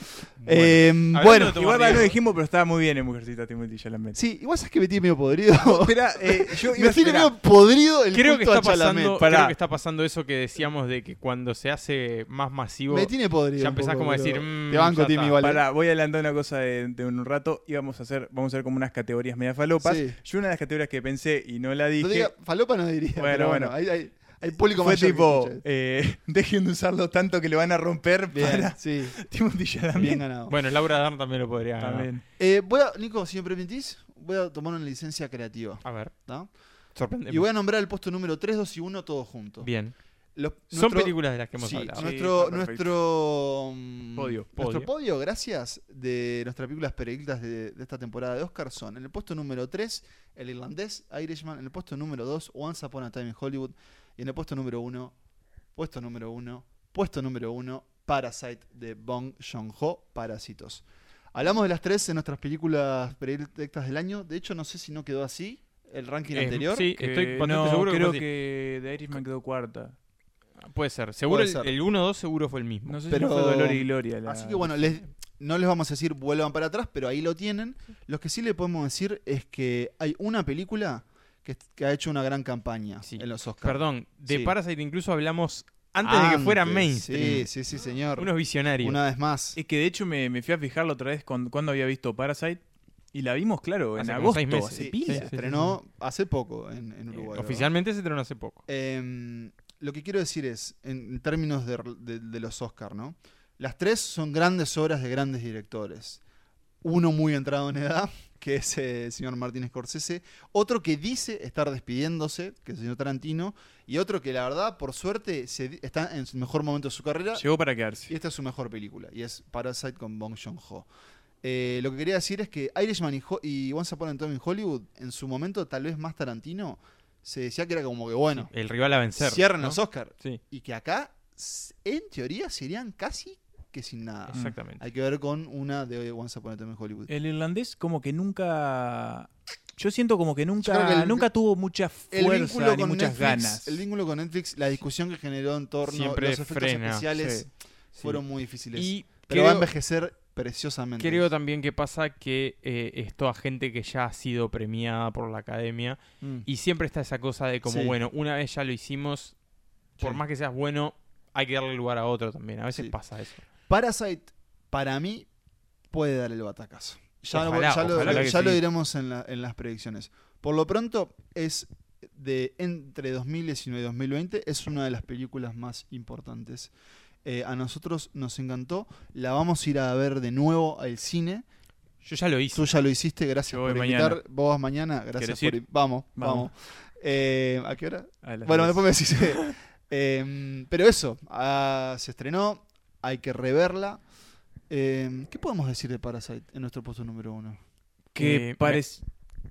S6: Eh, Bueno,
S8: Bueno, igual no lo dijimos, pero estaba muy bien en Mujercita Timothy Chalamet.
S6: Sí, igual sabés que me tiene medio podrido.
S8: Espera, eh, yo iba
S6: me
S8: a
S6: tiene
S8: esperar.
S6: medio podrido el
S7: Creo que,
S6: culto
S7: está
S6: a Chalamet.
S7: pasando,
S8: Pará.
S7: creo que está pasando eso que decíamos de que cuando se hace más masivo,
S6: Me tiene podrido.
S7: ya
S6: un
S7: empezás
S6: poco,
S7: como a
S6: pero
S7: decir, mm,
S6: Te banco,
S7: ya
S6: Timmy,
S7: está.
S6: igual. eh.
S8: Pará, voy a adelantar una cosa de, de un rato y vamos a hacer, vamos a ver como unas categorías media falopas.
S6: Sí.
S8: Yo una de las categorías que pensé y no la dije.
S6: No diga, falopa no diría.
S8: Bueno,
S6: pero
S8: bueno.
S6: Hay, hay- hay público
S8: fue
S6: mayor que
S8: tipo,
S6: escucha esto.
S8: eh, dejen de usarlo tanto que le van a romper
S6: Bien,
S8: para
S6: sí,
S8: Timothy Chalamet.
S6: bien ganado.
S7: Bueno, Laura Dern también lo podría ganar.
S8: También.
S6: Eh, voy a, Nico, si me permitís, voy a tomar una licencia creativa.
S7: A ver,
S6: ¿no?
S7: sorprende.
S6: Y voy a nombrar el puesto número 3, 2 y 1 todos juntos.
S7: Bien.
S6: Los-
S7: Son
S6: nuestro-
S7: películas de las que hemos
S6: sí,
S7: hablado.
S6: Nuestro,
S8: Sí, está perfecto.
S6: nuestro mm,
S8: Podio.
S6: Nuestro
S7: Podio.
S6: podio, gracias, de nuestras películas periodistas de, de esta temporada de Oscar son en el puesto número 3, El Irlandés, Irishman, en el puesto número 2, Once Upon a Time in Hollywood, y en el puesto número 1, puesto número 1, puesto número 1, Parasite de Bong Joon-ho, Parásitos. Hablamos de las tres en nuestras películas predilectas del año. De hecho, no sé si no quedó así el ranking
S7: Eh,
S6: anterior.
S7: sí,
S8: Que
S7: estoy bastante
S8: no,
S7: seguro que
S8: creo
S7: fue así.
S8: que The Irishman quedó cuarta.
S7: Puede ser. Seguro
S6: Puede
S7: el-
S6: ser.
S7: el 1-2 seguro fue el mismo.
S8: No sé
S6: Pero-
S8: si no fue Dolor y Gloria. la-
S6: Así que bueno, les, no les vamos a decir vuelvan para atrás, pero ahí lo tienen. Lo que sí le podemos decir es que hay una película que, que ha hecho una gran campaña
S7: Sí.
S6: en los Oscars.
S7: Perdón, de
S6: Sí.
S7: Parasite incluso hablamos antes, de que fuera
S6: Sí,
S7: mainstream.
S6: sí, sí, señor.
S7: Unos visionarios. Eh,
S6: Una vez más.
S8: Es que de hecho me, me fui a fijarlo otra vez cuando, cuando había visto Parasite y la vimos, claro, en
S7: Hace como
S8: agosto.
S7: seis meses.
S8: hace
S6: Sí,
S8: pila.
S6: se estrenó hace poco en, en
S7: Eh,
S6: Uruguay. ¿verdad?
S7: oficialmente se estrenó hace poco.
S6: Em, lo que quiero decir es, en términos de, de- de los Oscars, ¿no? Las tres son grandes obras de grandes directores. Uno muy entrado en edad, que es eh, el señor Martín Scorsese. Otro que dice estar despidiéndose, que es el señor Tarantino. Y otro que, la verdad, por suerte, se di- está en su mejor momento de su carrera.
S8: Llegó para
S6: Y
S8: quedarse.
S6: esta es su mejor película, y es Parasite con Bong Joon-ho. Eh, lo que quería decir es que Irishman y, Ho- y Once Upon a Time in Hollywood, en su momento, tal vez más Tarantino, se decía que era como que, bueno,
S7: El rival a vencer.
S6: cierran
S7: ¿no?
S6: los Oscar.
S7: Sí,
S6: Y que acá, s- en teoría, serían casi que sin nada.
S7: exactamente. Eh,
S6: Hay que ver con una de Once Upon a Time in Hollywood.
S8: El irlandés como que nunca... Yo siento como que
S6: Yo creo
S8: nunca
S6: que el-
S8: nunca tuvo mucha fuerza ni muchas
S6: Netflix,
S8: ganas.
S6: el vínculo con Netflix, la discusión que generó en torno
S7: Siempre
S6: los efectos
S7: frena,
S6: especiales
S7: Sí.
S6: fueron muy difíciles.
S7: Y
S6: Pero va a
S7: creo-
S6: envejecer preciosamente.
S7: Creo también que pasa que eh, es toda gente que ya ha sido premiada por la academia
S6: Mm.
S7: y siempre está esa cosa de como,
S6: Sí.
S7: bueno, una vez ya lo hicimos, por
S6: Sí.
S7: más que seas bueno, hay que darle lugar a otro también. A veces
S6: Sí.
S7: pasa eso.
S6: Parasite, para mí, puede dar el batacazo. Ya, lo-
S7: Ojalá,
S6: ya lo,
S7: ojalá
S8: que
S6: ya lo
S8: sí.
S6: diremos en, la- en las predicciones. Por lo pronto, es de entre 2019 y 2020, es una de las películas más importantes. Eh, a nosotros nos encantó. La vamos a ir a ver de nuevo al cine.
S7: Yo ya lo hice.
S6: Tú ya lo hiciste, gracias
S8: Yo voy
S6: por
S8: mañana.
S6: invitar. Vos vas mañana, gracias
S8: ¿Quieres
S6: por
S8: ir?
S6: ir. Vamos,
S8: Vamos.
S6: vamos. Eh, ¿A qué hora?
S8: A las
S6: Bueno,
S8: diez.
S6: después me decís. Eh, pero eso, ah, se estrenó, hay que reverla. Eh, ¿Qué podemos decir de Parasite en nuestro puesto número uno?
S8: que
S7: Eh,
S8: parece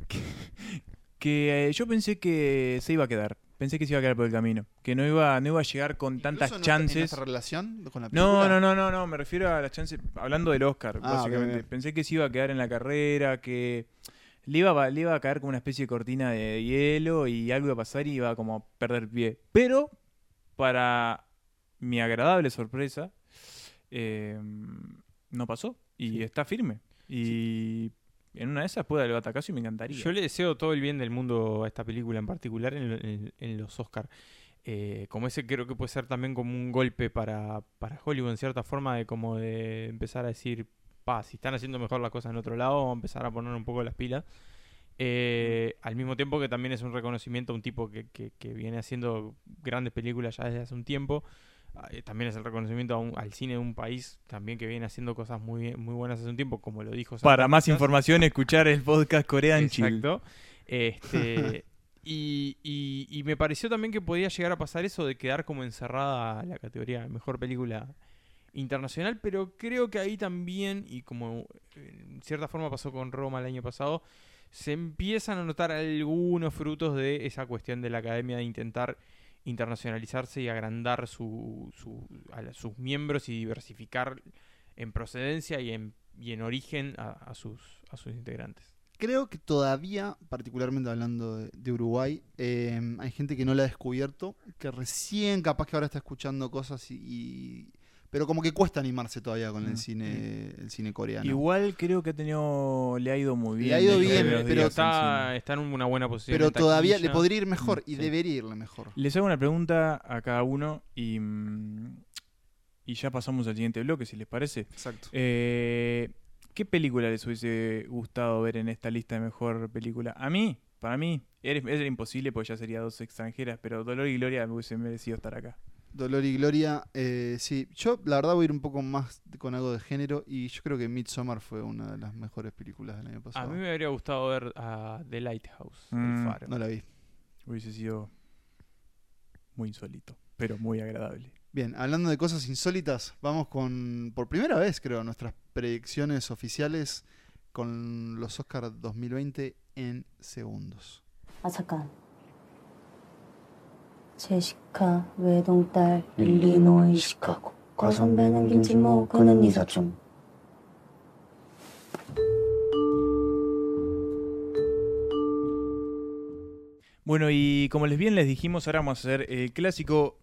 S8: que, que, eh, yo pensé que se iba a quedar pensé que se iba a quedar por el camino que no iba no iba a llegar con tantas
S6: Incluso en nuestra- en
S8: chances
S6: nuestra relación con la película?
S8: no no no no no me refiero a las chances hablando del Oscar
S6: Ah,
S8: básicamente
S6: bien, bien.
S8: pensé que se iba a quedar en la carrera que le iba, a- le iba a caer como una especie de cortina de hielo y algo iba a pasar y iba como a perder pie pero para mi agradable sorpresa eh, no pasó y está firme y en una de esas puede dar el batacazo y me encantaría.
S7: Yo le deseo todo el bien del mundo a esta película en particular en, lo- en- en los Oscar. Eh, como ese creo que puede ser también como un golpe para, para Hollywood en cierta forma de como de empezar a decir, pa, si están haciendo mejor las cosas en otro lado, vamos a empezar a poner un poco las pilas. Eh, al mismo tiempo que también es un reconocimiento a un tipo que, que- que viene haciendo grandes películas ya desde hace un tiempo. Ah, eh, También es el reconocimiento a un- al cine de un país también que viene haciendo cosas muy, bien- muy buenas hace un tiempo, como lo dijo.
S8: Para
S7: Santa
S8: más
S7: Lucas.
S8: información, escuchar el podcast Corean Chill.
S7: Exacto. Este, Y, y- y me pareció también que podía llegar a pasar eso de quedar como encerrada la categoría de mejor película internacional, pero creo que ahí también, y como en cierta forma pasó con Roma el año pasado, se empiezan a notar algunos frutos de esa cuestión de la academia de intentar internacionalizarse y agrandar su- su- a la- sus miembros y diversificar en procedencia y en, y en origen a, a sus, a sus integrantes.
S6: Creo que todavía, particularmente hablando de, de Uruguay, eh, hay gente que no la ha descubierto, que recién capaz que ahora está escuchando cosas y... y- pero como que cuesta animarse todavía con el cine el cine coreano.
S8: Mm. Igual creo que ha tenido, le ha ido muy
S6: Le
S8: bien.
S6: ha ido
S8: estos
S6: bien,
S8: primeros
S6: pero
S8: días en
S7: Está,
S8: cine.
S7: está en una buena posición.
S6: pero
S7: en
S6: todavía le
S7: taquilla.
S6: podría ir mejor
S8: Mm,
S6: y
S7: sí.
S6: debería irle mejor.
S8: Les hago una pregunta a cada uno y, mm, y ya pasamos al siguiente bloque, si les parece.
S6: Exacto.
S8: Eh, ¿Qué película les hubiese gustado ver en esta lista de mejor película? A mí, para mí, era, era imposible porque ya sería dos extranjeras, pero Dolor y Gloria me hubiese merecido estar acá.
S6: Dolor y Gloria, eh, sí. Yo, la verdad, voy a ir un poco más con algo de género y yo creo que Midsommar fue una de las mejores películas del año
S7: A
S6: pasado.
S7: mí me habría gustado ver a The Lighthouse,
S8: Mm.
S7: El Faro.
S6: No la vi.
S8: Hubiese sido muy insólito, pero muy agradable.
S6: Bien, hablando de cosas insólitas, vamos con, por primera vez creo, nuestras predicciones oficiales con los Oscars 2020 en segundos.
S12: 아 잠깐 제시카 외동딸 일리노이 시카고 과선배는 김진모 그는 이사촌
S8: Bueno, y como les bien les dijimos, ahora vamos a hacer el clásico.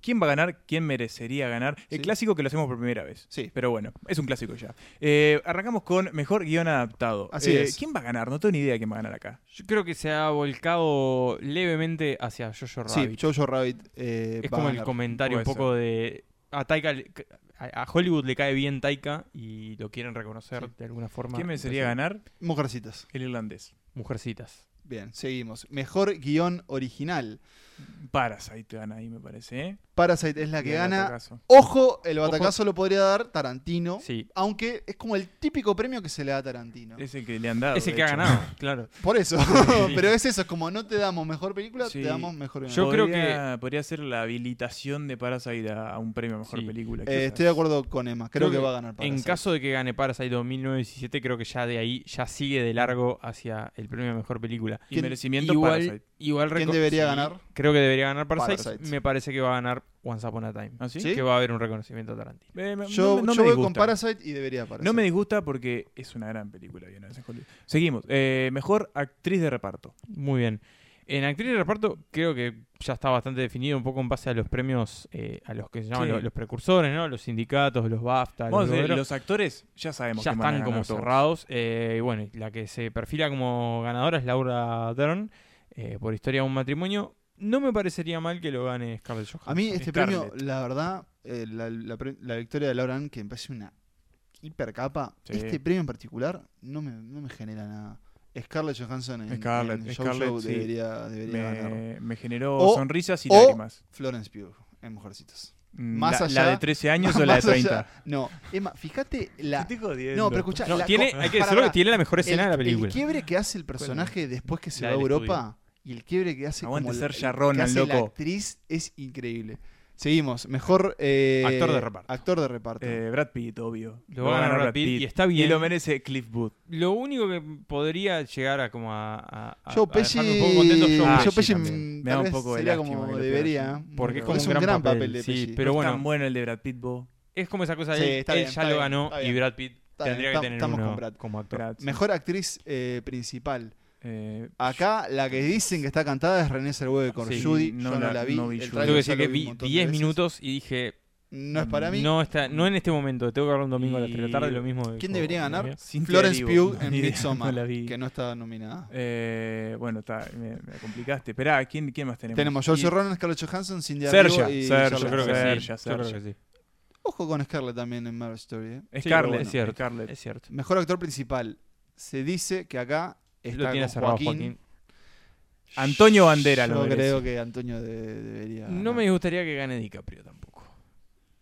S8: ¿Quién va a ganar? ¿Quién merecería ganar? El
S7: Sí.
S8: clásico que lo hacemos por primera vez.
S6: Sí.
S8: Pero bueno, es un clásico ya. Eh, arrancamos con mejor guión adaptado.
S6: Así
S8: Eh,
S6: es.
S8: ¿Quién va a ganar? No tengo ni idea de quién va a ganar acá.
S7: Yo creo que se ha volcado levemente hacia Jojo Rabbit.
S6: Sí, Jojo Rabbit. eh,
S7: es
S6: va a
S7: como el
S6: ganar.
S7: comentario un
S8: Puede
S7: poco de... A Taika... le- A a Hollywood le cae bien Taika y lo quieren reconocer
S6: Sí.
S7: de alguna forma.
S8: ¿Quién merecería
S7: Entonces,
S8: ganar?
S6: Mujercitas.
S8: El irlandés.
S7: Mujercitas.
S6: Bien, seguimos. Mejor guión original.
S8: Parasite gana ahí, me parece. ¿eh?
S6: Parasite es la que
S8: Y el
S6: gana.
S8: batacazo.
S6: Ojo, el batacazo lo podría dar Tarantino.
S7: Sí.
S6: Aunque es como el típico premio que se le da a Tarantino.
S8: Es el que le han dado.
S7: Ese
S8: de
S7: que ha
S8: hecho.
S7: ganado, claro.
S6: Por eso.
S7: Sí.
S6: Pero es eso, es como no te damos mejor película,
S8: Sí.
S6: te damos mejor guión.
S7: Yo creo
S8: Podría- Podría ser la habilitación de Parasite a, a un premio a mejor
S7: Sí.
S8: película.
S6: Eh,
S8: quizás.
S6: estoy de acuerdo con Emma. Creo, que, va a ganar
S7: En
S6: Parasite.
S7: caso de que gane Parasite 2017, creo que ya de ahí ya sigue de largo hacia el premio a mejor película.
S8: Y
S6: ¿Quién-
S8: merecimiento
S7: igual,
S8: Parasite.
S7: igual
S6: ¿Quién
S7: reco-
S6: debería
S7: sí,
S6: ganar?
S7: Creo que debería ganar Parasite.
S6: Parasite.
S7: Me parece que va a ganar Once Upon a Time.
S8: ¿Ah, sí?
S6: ¿Sí?
S7: Que va a haber un reconocimiento a Tarantino.
S8: Eh, me-
S6: Yo,
S8: no me- no
S6: yo
S8: me
S6: voy con
S8: disgusta.
S6: Parasite y debería Parasite.
S8: No me disgusta porque es una gran película. bien, es en Hollywood. Seguimos. Eh, mejor actriz de reparto.
S7: Muy bien. En actriz de reparto creo que ya está bastante definido un poco en base a los premios, eh, a los que se llaman
S8: Sí.
S7: los, los precursores, ¿no? Los sindicatos, los BAFTA,
S8: Vamos a
S7: los,
S8: decir,
S7: Globeros.
S8: los actores ya sabemos
S7: ya
S8: quién van a
S7: están como
S8: ganar todos.
S7: cerrados. Eh, y bueno, y la que se perfila como ganadora es Laura Dern eh, por Historia de un matrimonio. No me parecería mal que lo gane Scarlett Johansson.
S6: A mí este premio,
S8: Scarlett.
S6: la verdad, eh, la, la pre- la victoria de Lauren, que me parece una hipercapa,
S8: Sí.
S6: este premio en particular no me, no me genera nada. Scarlett Johansson en,
S8: Scarlett,
S6: en
S8: Scarlett,
S6: Jojo
S8: sí.
S6: debería, debería ganar.
S8: Me, me generó
S6: O-
S8: sonrisas y
S6: o-
S8: lágrimas.
S6: Florence Pugh en Mujercitas.
S8: Mm,
S6: más
S8: la,
S6: allá-
S8: ¿La de 13 años o la de
S6: Más allá-
S8: 30?
S6: No, Emma, fíjate la...
S8: Te estoy jodiendo.
S6: No, pero escuchá,
S7: No,
S6: la
S7: tiene,
S6: co-
S7: hay que
S6: pará,
S7: decirlo que
S6: pará.
S7: tiene la mejor
S6: el,
S7: escena de la
S6: el
S7: película.
S6: quiebre que hace el personaje después que se
S7: La
S6: va a
S7: del
S6: Europa y el quiebre que hace
S8: Aguante
S6: como la-
S8: ser
S6: el-
S8: Sharron,
S6: que
S8: al
S6: hace la
S8: loco.
S6: actriz es increíble. Seguimos, mejor eh,
S7: Actor de reparto.
S6: Actor de reparto.
S8: Eh, Brad Pitt, obvio.
S7: Lo va a ganar Brad Pitt y está bien.
S8: Y lo merece Cliff Booth.
S7: Lo único que podría llegar a como a, a- a-
S6: Joe
S7: a dejarme
S6: Pesci,
S7: Ah, un poco contento es
S8: Ah,
S7: Joe
S6: Joe
S7: Pesci
S6: Pesci,
S7: también.
S6: mm,
S8: Me
S6: tal
S8: da un
S6: vez
S8: poco de
S6: sería
S8: lástima
S6: como
S8: que lo pierda,
S6: debería.
S7: porque es como
S6: es
S7: un gran, papel,
S6: de
S7: sí,
S6: Pesci.
S7: pero
S8: No
S7: bueno,
S8: Es tan bueno el de Brad Pitt, vos.
S7: es como esa cosa de
S6: Sí,
S7: él
S6: está bien,
S7: ya
S6: está
S7: lo
S6: bien,
S7: ganó
S6: está
S7: y
S6: bien.
S7: Brad Pitt
S6: Está bien,
S7: tendría
S6: tam-
S7: que tener
S6: estamos
S7: uno
S6: con Brad.
S7: como actor.
S8: Brad, sí.
S6: Mejor actriz eh, principal.
S8: Eh,
S6: Acá la que dicen que está cantada es Renée Zellweger con
S7: Sí,
S6: Judy. Yo
S8: no
S6: no
S8: la-
S6: la vi.
S8: no vi
S6: el trailer
S8: Judy.
S7: Tengo que
S6: ya
S7: decir
S6: lo vi
S7: que
S6: un
S7: vi
S6: montón de
S7: 10
S6: veces.
S7: minutos y dije,
S6: No es para mí.
S7: No, está, no en este momento, tengo que hablar un domingo a las
S8: Y-
S7: 3 de la tarde, lo mismo.
S6: ¿Quién
S7: dijo
S6: debería ganar?
S7: María.
S8: Cynthia
S6: Florence
S8: Erivo.
S6: Pugh
S8: No,
S6: en
S8: ni idea,
S6: Midsommar,
S8: no la vi.
S6: que no está nominada.
S8: Eh, bueno, está, me, me complicaste. Esperá, ¿quién, ¿quién más tenemos?
S6: Tenemos
S8: Y-
S6: George Ronan, Scarlett Johansson, Cindy
S8: Serja,
S6: Arrivo y
S8: Serja,
S7: Yo
S6: Charlotte
S7: creo que
S6: Rampling.
S7: sí.
S8: Serja,
S7: yo creo
S8: Serja.
S7: que sí.
S6: Ojo con Scarlett también en Marriage Story. eh.
S8: Scarlett,
S7: Sí, pero bueno,
S8: es
S7: es cierto.
S8: Scarlett.
S7: Es cierto.
S6: Mejor actor principal. Se dice que acá está
S7: Lo tiene
S6: con
S7: cerrado
S6: Joaquín.
S7: Joaquín.
S8: Antonio Bandera
S6: Yo
S8: lo merece.
S6: creo que Antonio de- debería.
S7: No
S6: ganar.
S7: me gustaría que gane DiCaprio tampoco.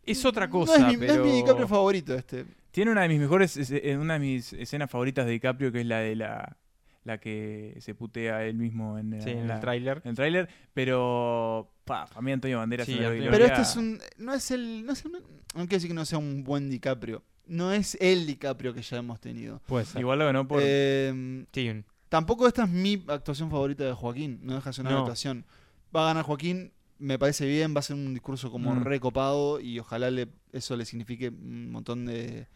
S7: Es otra
S6: No
S7: cosa,
S6: es mi, no es
S7: pero...
S6: mi DiCaprio favorito este.
S8: Tiene una de mis mejores, es- eh, una de mis escenas favoritas de DiCaprio, que es la de la, la que se putea él mismo en,
S7: Sí, en el
S8: tráiler. En el tráiler, pero pa, a mí Antonio Banderas
S7: Sí,
S8: es una
S7: Antonio-
S8: gloria.
S6: Pero este es un. No es el. No, es el- no quiero decir que no sea un buen DiCaprio. No es el DiCaprio que ya hemos tenido.
S7: Puede ser.
S8: Igual lo ganó por
S6: Eh,
S7: Sí,
S6: tampoco esta es mi actuación favorita de Joaquín. No deja de ser una
S7: No.
S6: actuación. Va a ganar Joaquín, me parece bien. Va a ser un discurso como
S7: Mm.
S6: recopado y ojalá le- eso le signifique un montón de,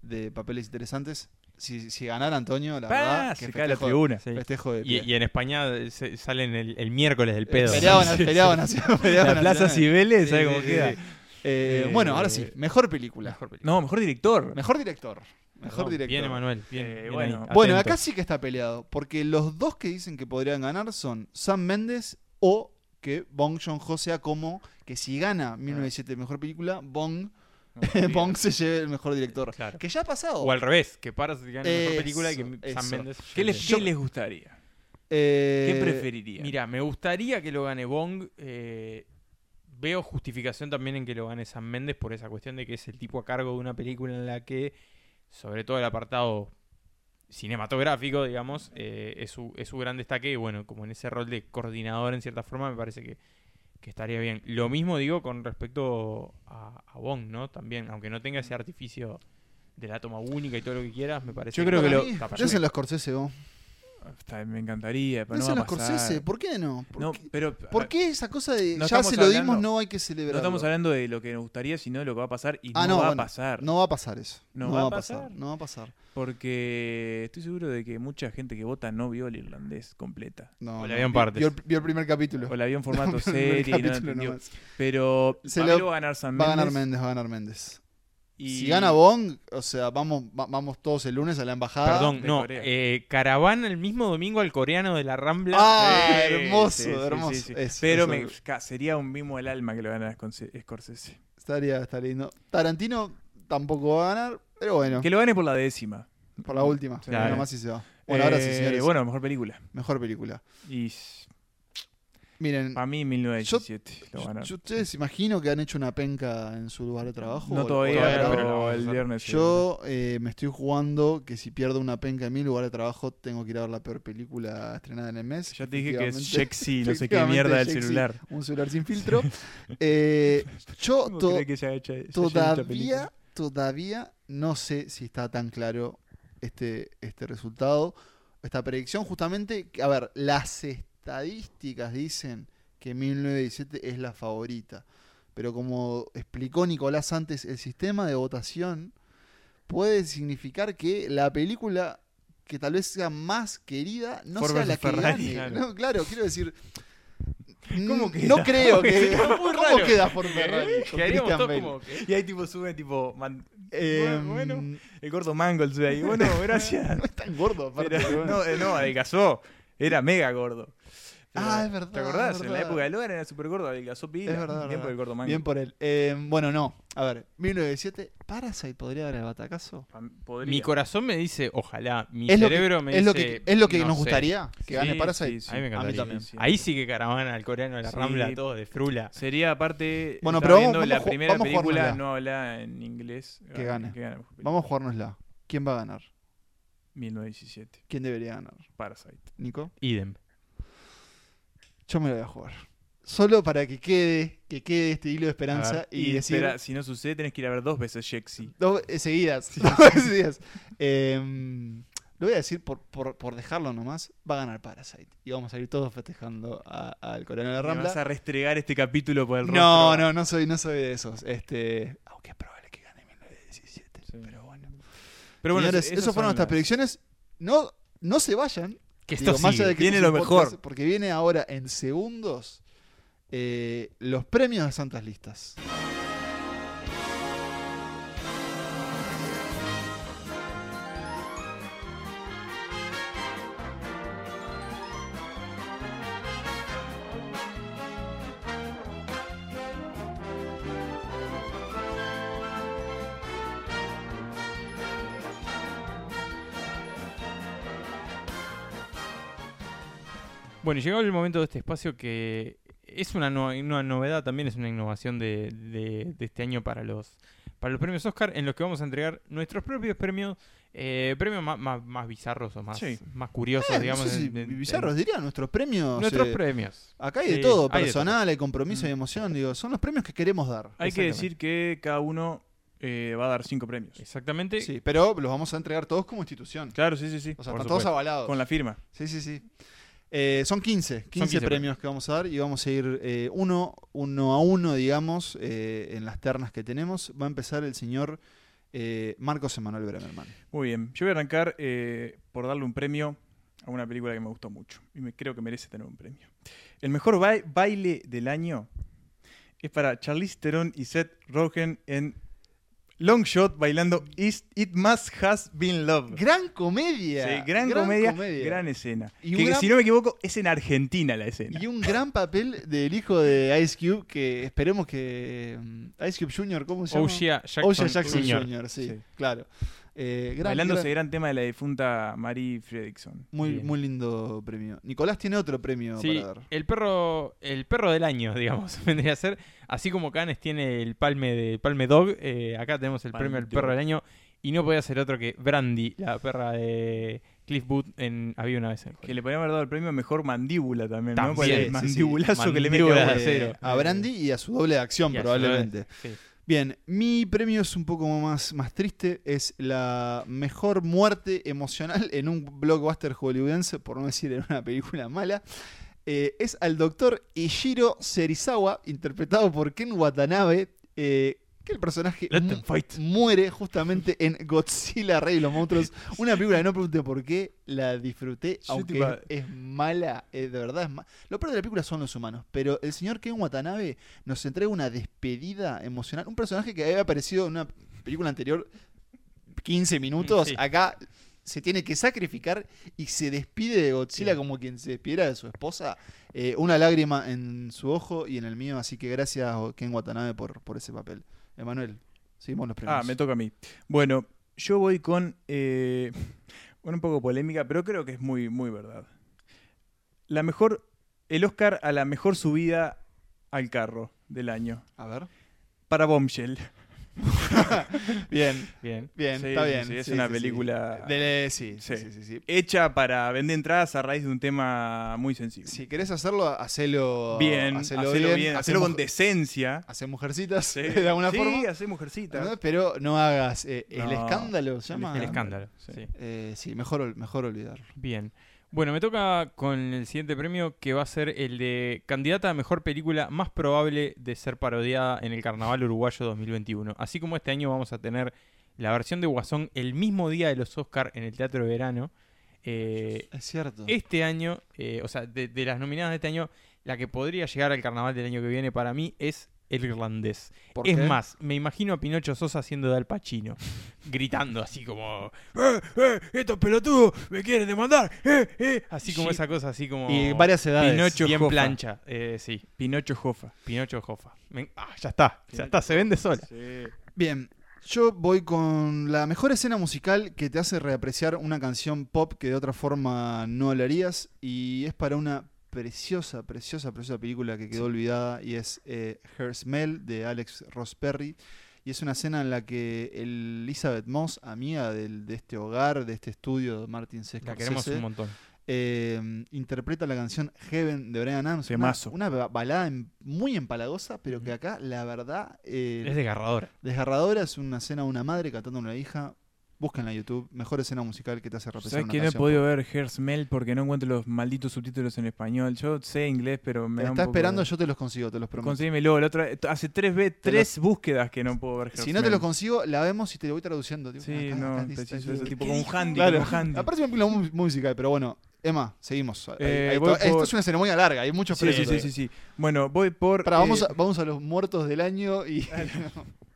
S6: de papeles interesantes. Si, si ganara Antonio, la
S8: Pa,
S6: verdad.
S8: se
S6: que
S8: cae la
S6: festejo-
S8: tribuna.
S7: Sí.
S6: Festejo de
S7: Y,
S6: pie.
S7: y en España eh, se- salen el, el miércoles del pedo.
S6: Feriado,
S7: Sí,
S6: na-
S7: sí.
S6: feriado nacional, feriado
S7: La Plaza
S6: nacional.
S7: Cibeles,
S6: Sí,
S7: ¿sabe
S6: sí,
S7: cómo
S6: sí,
S7: queda?
S6: sí. Eh,
S7: Eh,
S6: bueno, ahora sí, mejor película.
S7: Mejor película.
S8: No, mejor director.
S6: Mejor director. Mejor
S7: No,
S6: director.
S7: Bien, Emanuel. Bien,
S8: Eh,
S7: bien
S8: bueno.
S7: ahí,
S6: Bueno,
S7: atento.
S6: acá sí que está peleado, porque los dos que dicen que podrían ganar son Sam Méndez o que Bong Joon-ho sea como que si
S8: Ah.
S6: gana 1997 mejor película, Bong, Bong se lleve el mejor
S8: Eh,
S6: director.
S7: Claro.
S6: Que ya ha pasado.
S7: O al revés, que Parasite gane mejor película y que
S6: Eso,
S7: Sam
S6: eso.
S7: Mendes.
S8: ¿Qué les,
S7: Yo-
S8: qué les gustaría?
S6: Eh,
S8: ¿Qué preferirían?
S7: Mira, me gustaría que lo gane Bong. eh, veo justificación también en que lo gane Sam Méndez por esa cuestión de que es el tipo a cargo de una película en la que, sobre todo el apartado cinematográfico, digamos, eh, es, su, es su gran destaque. Y bueno, como en ese rol de coordinador, en cierta forma, me parece que, que estaría bien. Lo mismo digo con respecto a, a Bong, ¿no? También, aunque no tenga ese artificio de la toma única y todo lo que quieras, me parece
S8: Yo creo
S6: para
S8: que lo-
S6: mí,
S7: está
S6: yo se
S7: perfecto.
S6: los Scorsese, vos.
S8: Está- me encantaría, pero
S6: No
S8: no,
S6: se
S8: va
S6: los
S8: a pasar.
S6: Scorsese, ¿por qué no? ¿Por,
S8: No,
S6: qué,
S8: pero
S6: por qué esa cosa de
S8: No
S6: ya
S8: estamos
S6: se lo
S8: hablando-
S6: dimos, no hay que
S8: no
S6: celebrar?
S8: estamos hablando de lo que nos gustaría, sino de lo que va a pasar y no va a pasar.
S6: Ah, No va a pasar eso.
S8: No
S6: No,
S8: va
S6: va,
S8: a
S6: a pasar.
S8: pasar.
S6: No va a pasar.
S8: Porque estoy seguro de que mucha gente que vota no vio el irlandés completa.
S6: No,
S7: O la
S6: no.
S7: vio en partes.
S6: Vio el, vio el primer capítulo.
S8: O la vio en formato
S6: El primer
S8: serie. y no la
S6: capítulo
S8: entendió.
S6: nomás.
S8: Pero
S6: Se
S8: para
S6: lo-
S8: mí va a ganar San
S6: Va a ganar Méndez, va a ganar Méndez.
S8: y-
S6: Si gana Bong, o sea, vamos, va- vamos todos el lunes a la embajada.
S7: Perdón,
S8: de
S7: no.
S8: Corea.
S7: Eh, caravana el mismo domingo al coreano de la Rambla.
S6: Ah,
S7: Eh,
S6: hermoso,
S8: Sí, sí, sí,
S6: hermoso.
S8: sí.
S6: Eso,
S8: Pero
S6: eso.
S8: me- ca- sería un mimo del alma que lo ganara Scorse- Scorsese.
S6: Estaría, estaría lindo. Tarantino tampoco va a ganar, pero bueno,
S8: Que lo gane por la décima.
S6: por la última.
S8: Sí.
S6: Nada más si se va. Bueno, ahora sí,
S8: Eh,
S6: señores.
S8: Bueno, mejor película.
S6: Mejor película.
S8: Y
S6: Miren,
S8: para mí 1917 lo
S6: yo-
S8: ganaron.
S6: yo- ustedes imagino que han hecho una penca en su lugar de trabajo.
S8: no
S6: ¿O-
S8: todavía,
S6: o la
S7: todavía,
S8: pero,
S6: grabaron?
S7: pero
S8: el viernes. seguro.
S6: Yo eh, me estoy jugando que si pierdo una penca en mi lugar de trabajo, tengo que ir a ver la peor película estrenada en el mes.
S8: Ya te dije que es
S6: Efectivamente-
S8: sexy, no sé qué
S6: efectivamente,
S8: mierda del
S6: Jexy,
S8: celular.
S6: Un celular sin filtro. Eh, yo
S8: ¿Cómo
S6: to-
S8: cree que se haya hecho- se haya hecho esta película?
S6: todavía, todavía no sé si está tan claro este, este resultado, esta predicción. Justamente, a ver, las estadísticas dicen que 1917 es la favorita. Pero como explicó Nicolás antes, el sistema de votación puede significar que la película que tal vez sea más querida no
S8: Ford
S6: sea la
S8: versus
S6: que
S8: Ferrari,
S6: gane.
S8: claro.
S6: No, claro, quiero decir.
S8: ¿Cómo
S6: mm,
S8: queda?
S6: No creo que.
S7: Está muy
S6: ¿Cómo
S7: raro.
S6: queda Ford Ferrari? con
S7: Quedaríamos
S6: Christian
S7: todos
S6: Bale?
S7: como que-
S8: Y ahí tipo sube, tipo, man-
S6: Eh,
S8: bueno, bueno,
S6: no
S8: el gordo Mangold sube ahí. Bueno, gracias.
S6: es tan gordo, aparte.
S8: Era-
S6: pero bueno.
S8: no, eh, no, adelgazó. Era mega gordo. Pero,
S6: Ah, es verdad,
S8: ¿Te acordás?
S6: es
S8: En la
S6: verdad.
S8: época de Logan era súper gordo, adelgazó pila.
S6: Es verdad,
S8: Bien
S6: verdad.
S8: por el gordo Mangold.
S6: Bien por él. Eh, bueno, no. A ver, 1997, Parasite podría dar el batacazo.
S8: Pam- podría.
S7: Mi corazón me dice, ojalá. Mi
S6: Es lo que-
S7: cerebro me
S6: es lo
S7: dice.
S6: que- es lo que
S7: no
S6: nos
S7: sé.
S6: gustaría, que gane Parasite.
S7: A mí me
S6: A mí
S7: encantaría.
S6: también.
S8: Sí, sí.
S7: Ahí sí que caravana al coreano de la
S8: Sí.
S7: Rambla, todo de frula.
S8: Sería aparte.
S6: Bueno,
S8: estaba
S6: pero vamos-
S8: viendo
S6: vamos
S8: la
S6: ju-
S8: primera
S6: vamos a
S8: película
S6: jugárnosla.
S8: no habla en inglés. Ah,
S6: Que gane.
S8: mejor película.
S6: Vamos a jugárnosla. ¿Quién va a ganar?
S8: 1917.
S6: ¿Quién debería ganar?
S8: Parasite.
S6: ¿Nico?
S7: Idem.
S6: Yo me la voy a jugar. Solo para que quede, que quede este hilo de
S8: A
S6: esperanza
S8: ver,
S6: y, decir
S8: espera, si no sucede, tenés que ir a ver dos veces Jexy.
S6: dos eh, seguidas. dos veces seguidas. Eh, lo voy a decir por, por, por dejarlo nomás. Va a ganar Parasite. Y vamos a ir todos festejando a- al coronel de la
S8: Me
S6: Rambla.
S8: vas a restregar este capítulo por el rostro.
S6: No, no, no soy, no soy de esos. Este, aunque es probable que gane 1917.
S8: Sí.
S6: Pero bueno.
S8: Pero bueno,
S6: Señores,
S8: esas
S6: esas fueron
S8: son
S6: nuestras
S8: las-
S6: predicciones. No, no se vayan.
S7: Que esto
S6: Digo, más allá
S7: sigue.
S6: de que
S8: Viene
S6: esto es
S8: lo
S6: un podcast,
S8: mejor.
S6: porque viene ahora en segundos eh, los premios de Santas Listas.
S7: Bueno, y llegó el momento de este espacio que es una, no- una novedad también, es una innovación de, de- de este año para los, para los premios Oscar, en los que vamos a entregar nuestros propios premios Eh, premios más, más, más bizarros o más,
S6: Sí.
S7: más curiosos,
S6: Eh, no
S7: digamos.
S6: sé si
S7: en- en-
S6: bizarros,
S7: en-
S6: diría, nuestros premios.
S7: Nuestros
S6: eh,
S7: premios.
S6: Acá hay de
S7: Sí,
S6: todo,
S7: hay de
S6: personal, hay compromiso, hay emoción. Digo, son los premios que queremos dar.
S8: Mm. Hay que decir que cada uno eh, va a dar cinco premios.
S7: Exactamente.
S6: Sí, pero los vamos a entregar todos como institución.
S8: Claro, sí, sí, sí.
S6: O sea,
S8: Por
S6: están todos
S8: supuesto.
S6: avalados.
S8: Con la firma.
S6: Sí, sí, sí. Eh, son 15, 15,
S8: 15
S6: premios que vamos a dar y vamos a ir eh, uno, uno a uno, digamos, eh, en las ternas que tenemos. Va a empezar el señor eh, Marcos Emanuel Bremerman.
S8: Muy bien. Yo voy a arrancar eh, por darle un premio a una película que me gustó mucho. Y me, creo que merece tener un premio. El mejor ba- baile del año es para Charlize Theron y Seth Rogen en Long Shot bailando Is- It Must Has Been Love.
S6: Gran comedia.
S8: Sí, gran, comedia, gran escena.
S6: Y
S8: que
S6: un gran-
S8: si no me equivoco, es en Argentina la escena.
S6: Y un gran papel del hijo de Ice Cube que esperemos que. mm, Ice Cube Jr., ¿cómo se llama?
S7: O'Shea Jackson
S6: O'Shea Jackson
S7: Jr.,
S6: Jr., sí,
S8: sí.
S6: claro. Eh, gran-
S8: bailando
S6: gran-
S8: ese gran tema de la difunta Marie Fredrickson.
S6: Muy,
S8: Bien.
S6: muy lindo premio. Nicolás tiene otro premio
S7: Sí,
S6: para dar.
S7: el perro, el perro del año, digamos, vendría a ser. Así como Canes tiene el palme de Palme Dog, eh, acá tenemos el
S8: Palme
S7: premio al
S8: Dog.
S7: perro del año. Y no podía ser otro que Brandy, la perra de Cliff Booth en Había una vez en
S8: Que le podrían haber dado el premio a mejor mandíbula también, ¿no?
S7: También,
S8: Por el
S7: sí, sí.
S8: mandibulazo que le metió
S7: Mandíbula de
S8: a
S7: acero.
S6: Eh, A Brandy y a su doble de acción,
S7: Y a su
S6: probablemente.
S7: doble- sí.
S6: Bien, mi premio es un poco más, más triste. Es la mejor muerte emocional en un blockbuster hollywoodense, por no decir en una película mala. Eh, es al doctor Ishiro Serizawa, interpretado por Ken Watanabe, eh, que el personaje mu- muere justamente en Godzilla Rey de los Monstruos. Una película que no pregunté por qué, la disfruté,
S8: Yo,
S6: aunque
S8: tipo,
S6: es mala, eh, de verdad es mala. Lo peor de la película son los humanos, pero el señor Ken Watanabe nos entrega una despedida emocional. Un personaje que había aparecido en una película anterior 15 minutos,
S7: Sí.
S6: acá se tiene que sacrificar y se despide de Godzilla como quien se despidiera de su esposa. Eh, una lágrima en su ojo y en el mío, así que gracias Ken Watanabe por, por ese papel. Emanuel, seguimos los premios.
S8: Ah, me toca a mí. Bueno, yo voy con eh, una un poco polémica, pero creo que es muy, muy verdad. La mejor, el Oscar a la mejor subida al carro del año.
S6: A ver.
S8: Para Bombshell.
S6: Bien,
S7: Bien.
S6: bien,
S8: Sí,
S6: está
S8: sí,
S6: bien.
S8: sí, es
S6: sí, sí,
S8: una
S6: sí.
S8: película
S6: Dele- sí, sí,
S8: sí,
S6: sí, sí, sí.
S8: hecha para vender entradas a raíz de un tema muy sensible.
S6: Si querés hacerlo, hacelo
S8: bien,
S6: hacelo,
S8: hacelo bien, hacelo
S6: hacé
S8: con
S6: mujer-
S8: decencia.
S6: hacé mujercitas
S8: Sí,
S6: de alguna
S8: sí,
S6: forma.
S8: hacé mujercita.
S6: ¿no? Pero no hagas eh, el
S8: No,
S6: escándalo, ¿se
S8: el
S6: llama?
S7: El escándalo.
S8: Sí.
S7: sí.
S6: Eh, sí, mejor, ol- mejor olvidarlo.
S7: Bien. Bueno, me toca con el siguiente premio que va a ser el de candidata a mejor película más probable de ser parodiada en el Carnaval Uruguayo 2021. Así como este año vamos a tener la versión de Guasón el mismo día de los Oscar en el Teatro de Verano. eh,
S6: Es cierto.
S7: este año, eh, o sea, de, de las nominadas de este año, la que podría llegar al Carnaval del año que viene para mí es El Irlandés.
S6: ¿Por
S7: Es
S6: qué?
S7: más, me imagino a Pinocho Sosa haciendo de Al Pacino, gritando así como, ¡Eh, eh, estos pelotudos me quieren demandar! ¡Eh, eh! Así como
S8: Sí.
S7: esa cosa, así como...
S6: Y varias edades.
S8: Pinocho
S7: bien
S8: Jofa.
S7: plancha, eh, sí.
S8: Pinocho Jofa.
S7: Pinocho Jofa. Me- ah, ya está, ya está, se vende sola.
S6: Bien, yo voy con la mejor escena musical que te hace reapreciar una canción pop que de otra forma no la harías. Y es para una preciosa, preciosa, preciosa película que quedó olvidada y es eh, Her Smell de Alex Ross Perry. Y es una escena en la que el Elizabeth Moss, amiga del- de este hogar, de este estudio de Martin Scorsese,
S7: La queremos un montón.
S6: eh, interpreta la canción Heaven de Brian Adams. Una,
S8: Temazo.
S6: una ba- balada en- muy empalagosa, pero que acá, la verdad, eh,
S7: Es desgarradora.
S6: desgarradora. Es una escena de una madre cantando a una hija. Búsquenla en YouTube. Mejor escena musical que te hace representar
S8: ¿Sabes que no he podido ver Hersmell porque no encuentro los malditos subtítulos en español? Yo sé inglés, pero me da un
S6: está
S8: poco-
S6: esperando, yo te los consigo, te los prometo.
S8: Conseguímelo, el otro- hace tres, ve- tres búsquedas que no puedo ver
S6: si no te los
S8: Hersmell.
S6: consigo, la vemos y te lo voy traduciendo. Digo,
S8: Sí,
S6: acá,
S8: no,
S6: acá dice-
S8: preciso
S6: dice-
S8: ese tipo
S6: ¿qué
S8: con un
S6: dijo?
S8: handy,
S6: Claro.
S8: con un handy.
S6: La próxima película mu- musical, pero bueno. Emma, seguimos. Hay-
S8: Eh,
S6: hay
S8: voy
S6: to- Esto
S8: por-
S6: es una ceremonia larga, hay muchos
S8: Sí,
S6: premios
S8: sí, sí,
S6: todavía.
S8: sí, sí. Bueno, voy por...
S6: Pará, vamos,
S8: eh,
S6: a, vamos a los muertos del año y...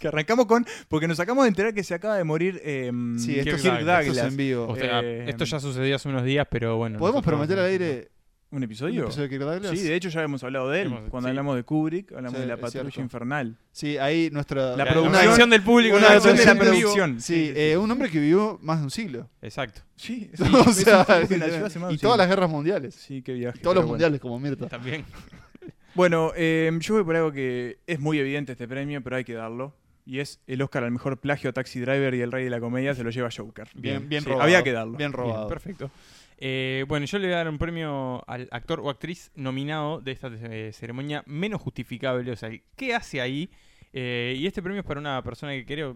S8: Que arrancamos con... Porque nos acabamos de enterar que se acaba de morir eh,
S6: Sí, esto
S8: Kirk
S6: es- esto es
S8: Douglas.
S6: en vivo.
S7: O sea,
S8: Eh,
S7: esto ya sucedió hace unos días, pero bueno.
S6: ¿Podemos
S7: nosotros-
S6: prometer al aire
S8: ¿Un
S6: un
S8: episodio?
S6: episodio de Kirk Douglas?
S8: Sí, de hecho ya hemos hablado de él.
S7: Hemos-
S8: Cuando
S7: sí.
S8: hablamos de Kubrick, hablamos
S6: Sí,
S8: de la
S6: es
S8: patrulla
S6: cierto.
S8: infernal.
S6: Sí, ahí nuestra...
S8: La
S7: La,
S8: producción-
S7: reacción del público.
S8: Una
S7: la
S8: versión de la
S7: reacción del vivo.
S8: producción.
S6: Sí, eh, un hombre que vivió más de un siglo.
S7: Exacto,
S8: Sí, sí, es
S6: o
S8: un
S6: sea,
S8: tipo que nació hace más de
S6: y todas
S8: un siglo.
S6: las guerras mundiales.
S8: Sí, qué viaje.
S6: Y todos los
S8: pero bueno.
S6: mundiales como Mirta.
S7: también.
S8: em, Bueno, eh, yo voy por algo que es muy evidente este premio, pero hay que darlo. Y es el Oscar al mejor plagio a Taxi Driver y el Rey de la Comedia se lo lleva Joker.
S7: Bien, bien
S8: Sí,
S7: robado.
S8: Había que darlo.
S6: Bien robado.
S7: perfecto. Eh, bueno, yo le voy a dar un premio al actor o actriz nominado de esta eh, ceremonia menos justificable. O sea, ¿qué hace ahí? Eh, y este premio es para una persona que creo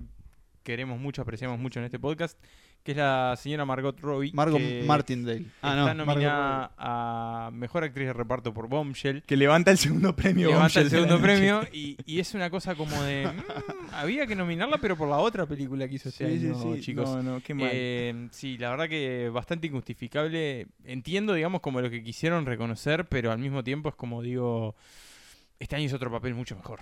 S7: queremos mucho, apreciamos mucho en este podcast, que es la señora Margot Robbie.
S6: Margot
S7: que
S6: Martindale. Ah, no,
S7: está
S6: Margot
S7: nominada a Mejor Actriz de Reparto por Bombshell.
S8: Que levanta el segundo premio.
S7: Levanta
S8: Bombshell de
S7: el
S8: la
S7: segundo
S8: noche.
S7: premio y, y es una cosa como de... mm, había que nominarla, pero por la otra película que hizo ese
S8: Sí, sí,
S7: año,
S8: sí.
S7: chicos.
S8: No, no, qué mal.
S7: Eh, sí, la verdad que bastante injustificable. Entiendo, digamos, como lo que quisieron reconocer, pero al mismo tiempo es como digo... Este año hizo otro papel mucho mejor.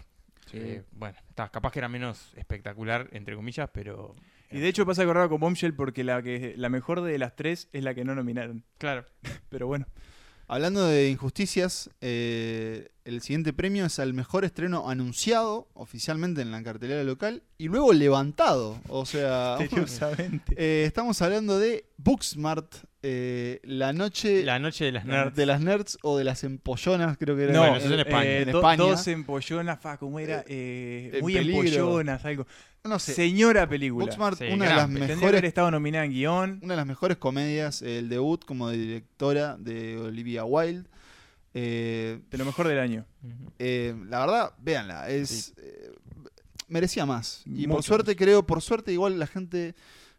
S7: Eh, bueno, está, capaz que era menos espectacular, entre comillas, pero...
S8: Y de hecho pasa acordado con Bombshell porque la, que, la mejor de las tres es la que no nominaron.
S7: Claro.
S8: Pero bueno.
S6: Hablando de injusticias, eh, el siguiente premio es al mejor estreno anunciado oficialmente en la cartelera local y luego levantado. O sea,
S8: Misteriosamente.
S6: eh, estamos hablando de Booksmart, eh, la noche
S7: La noche de las nerds.
S6: de las nerds o de las empollonas, creo que era
S7: No,
S6: Bueno,
S7: eso es en España.
S8: eh,
S6: en
S8: do-
S6: España.
S8: Dos empollonas, fa, ¿cómo era? Eh,
S6: en
S8: muy
S6: peligro.
S8: empollonas, algo.
S6: No sé.
S8: Señora película.
S6: Booksmart,
S7: Sí,
S6: una de
S7: gran
S6: las
S8: Tendría
S7: pe-
S8: que haber
S6: mejores
S8: estado nominada en guión.
S6: una de las mejores comedias, el debut como directora de Olivia Wilde. Eh,
S8: De lo mejor del año.
S7: Ujú.
S6: Eh, la verdad, véanla, es eh, merecía más. Y por
S8: Mucho
S6: suerte creo, por suerte igual la gente,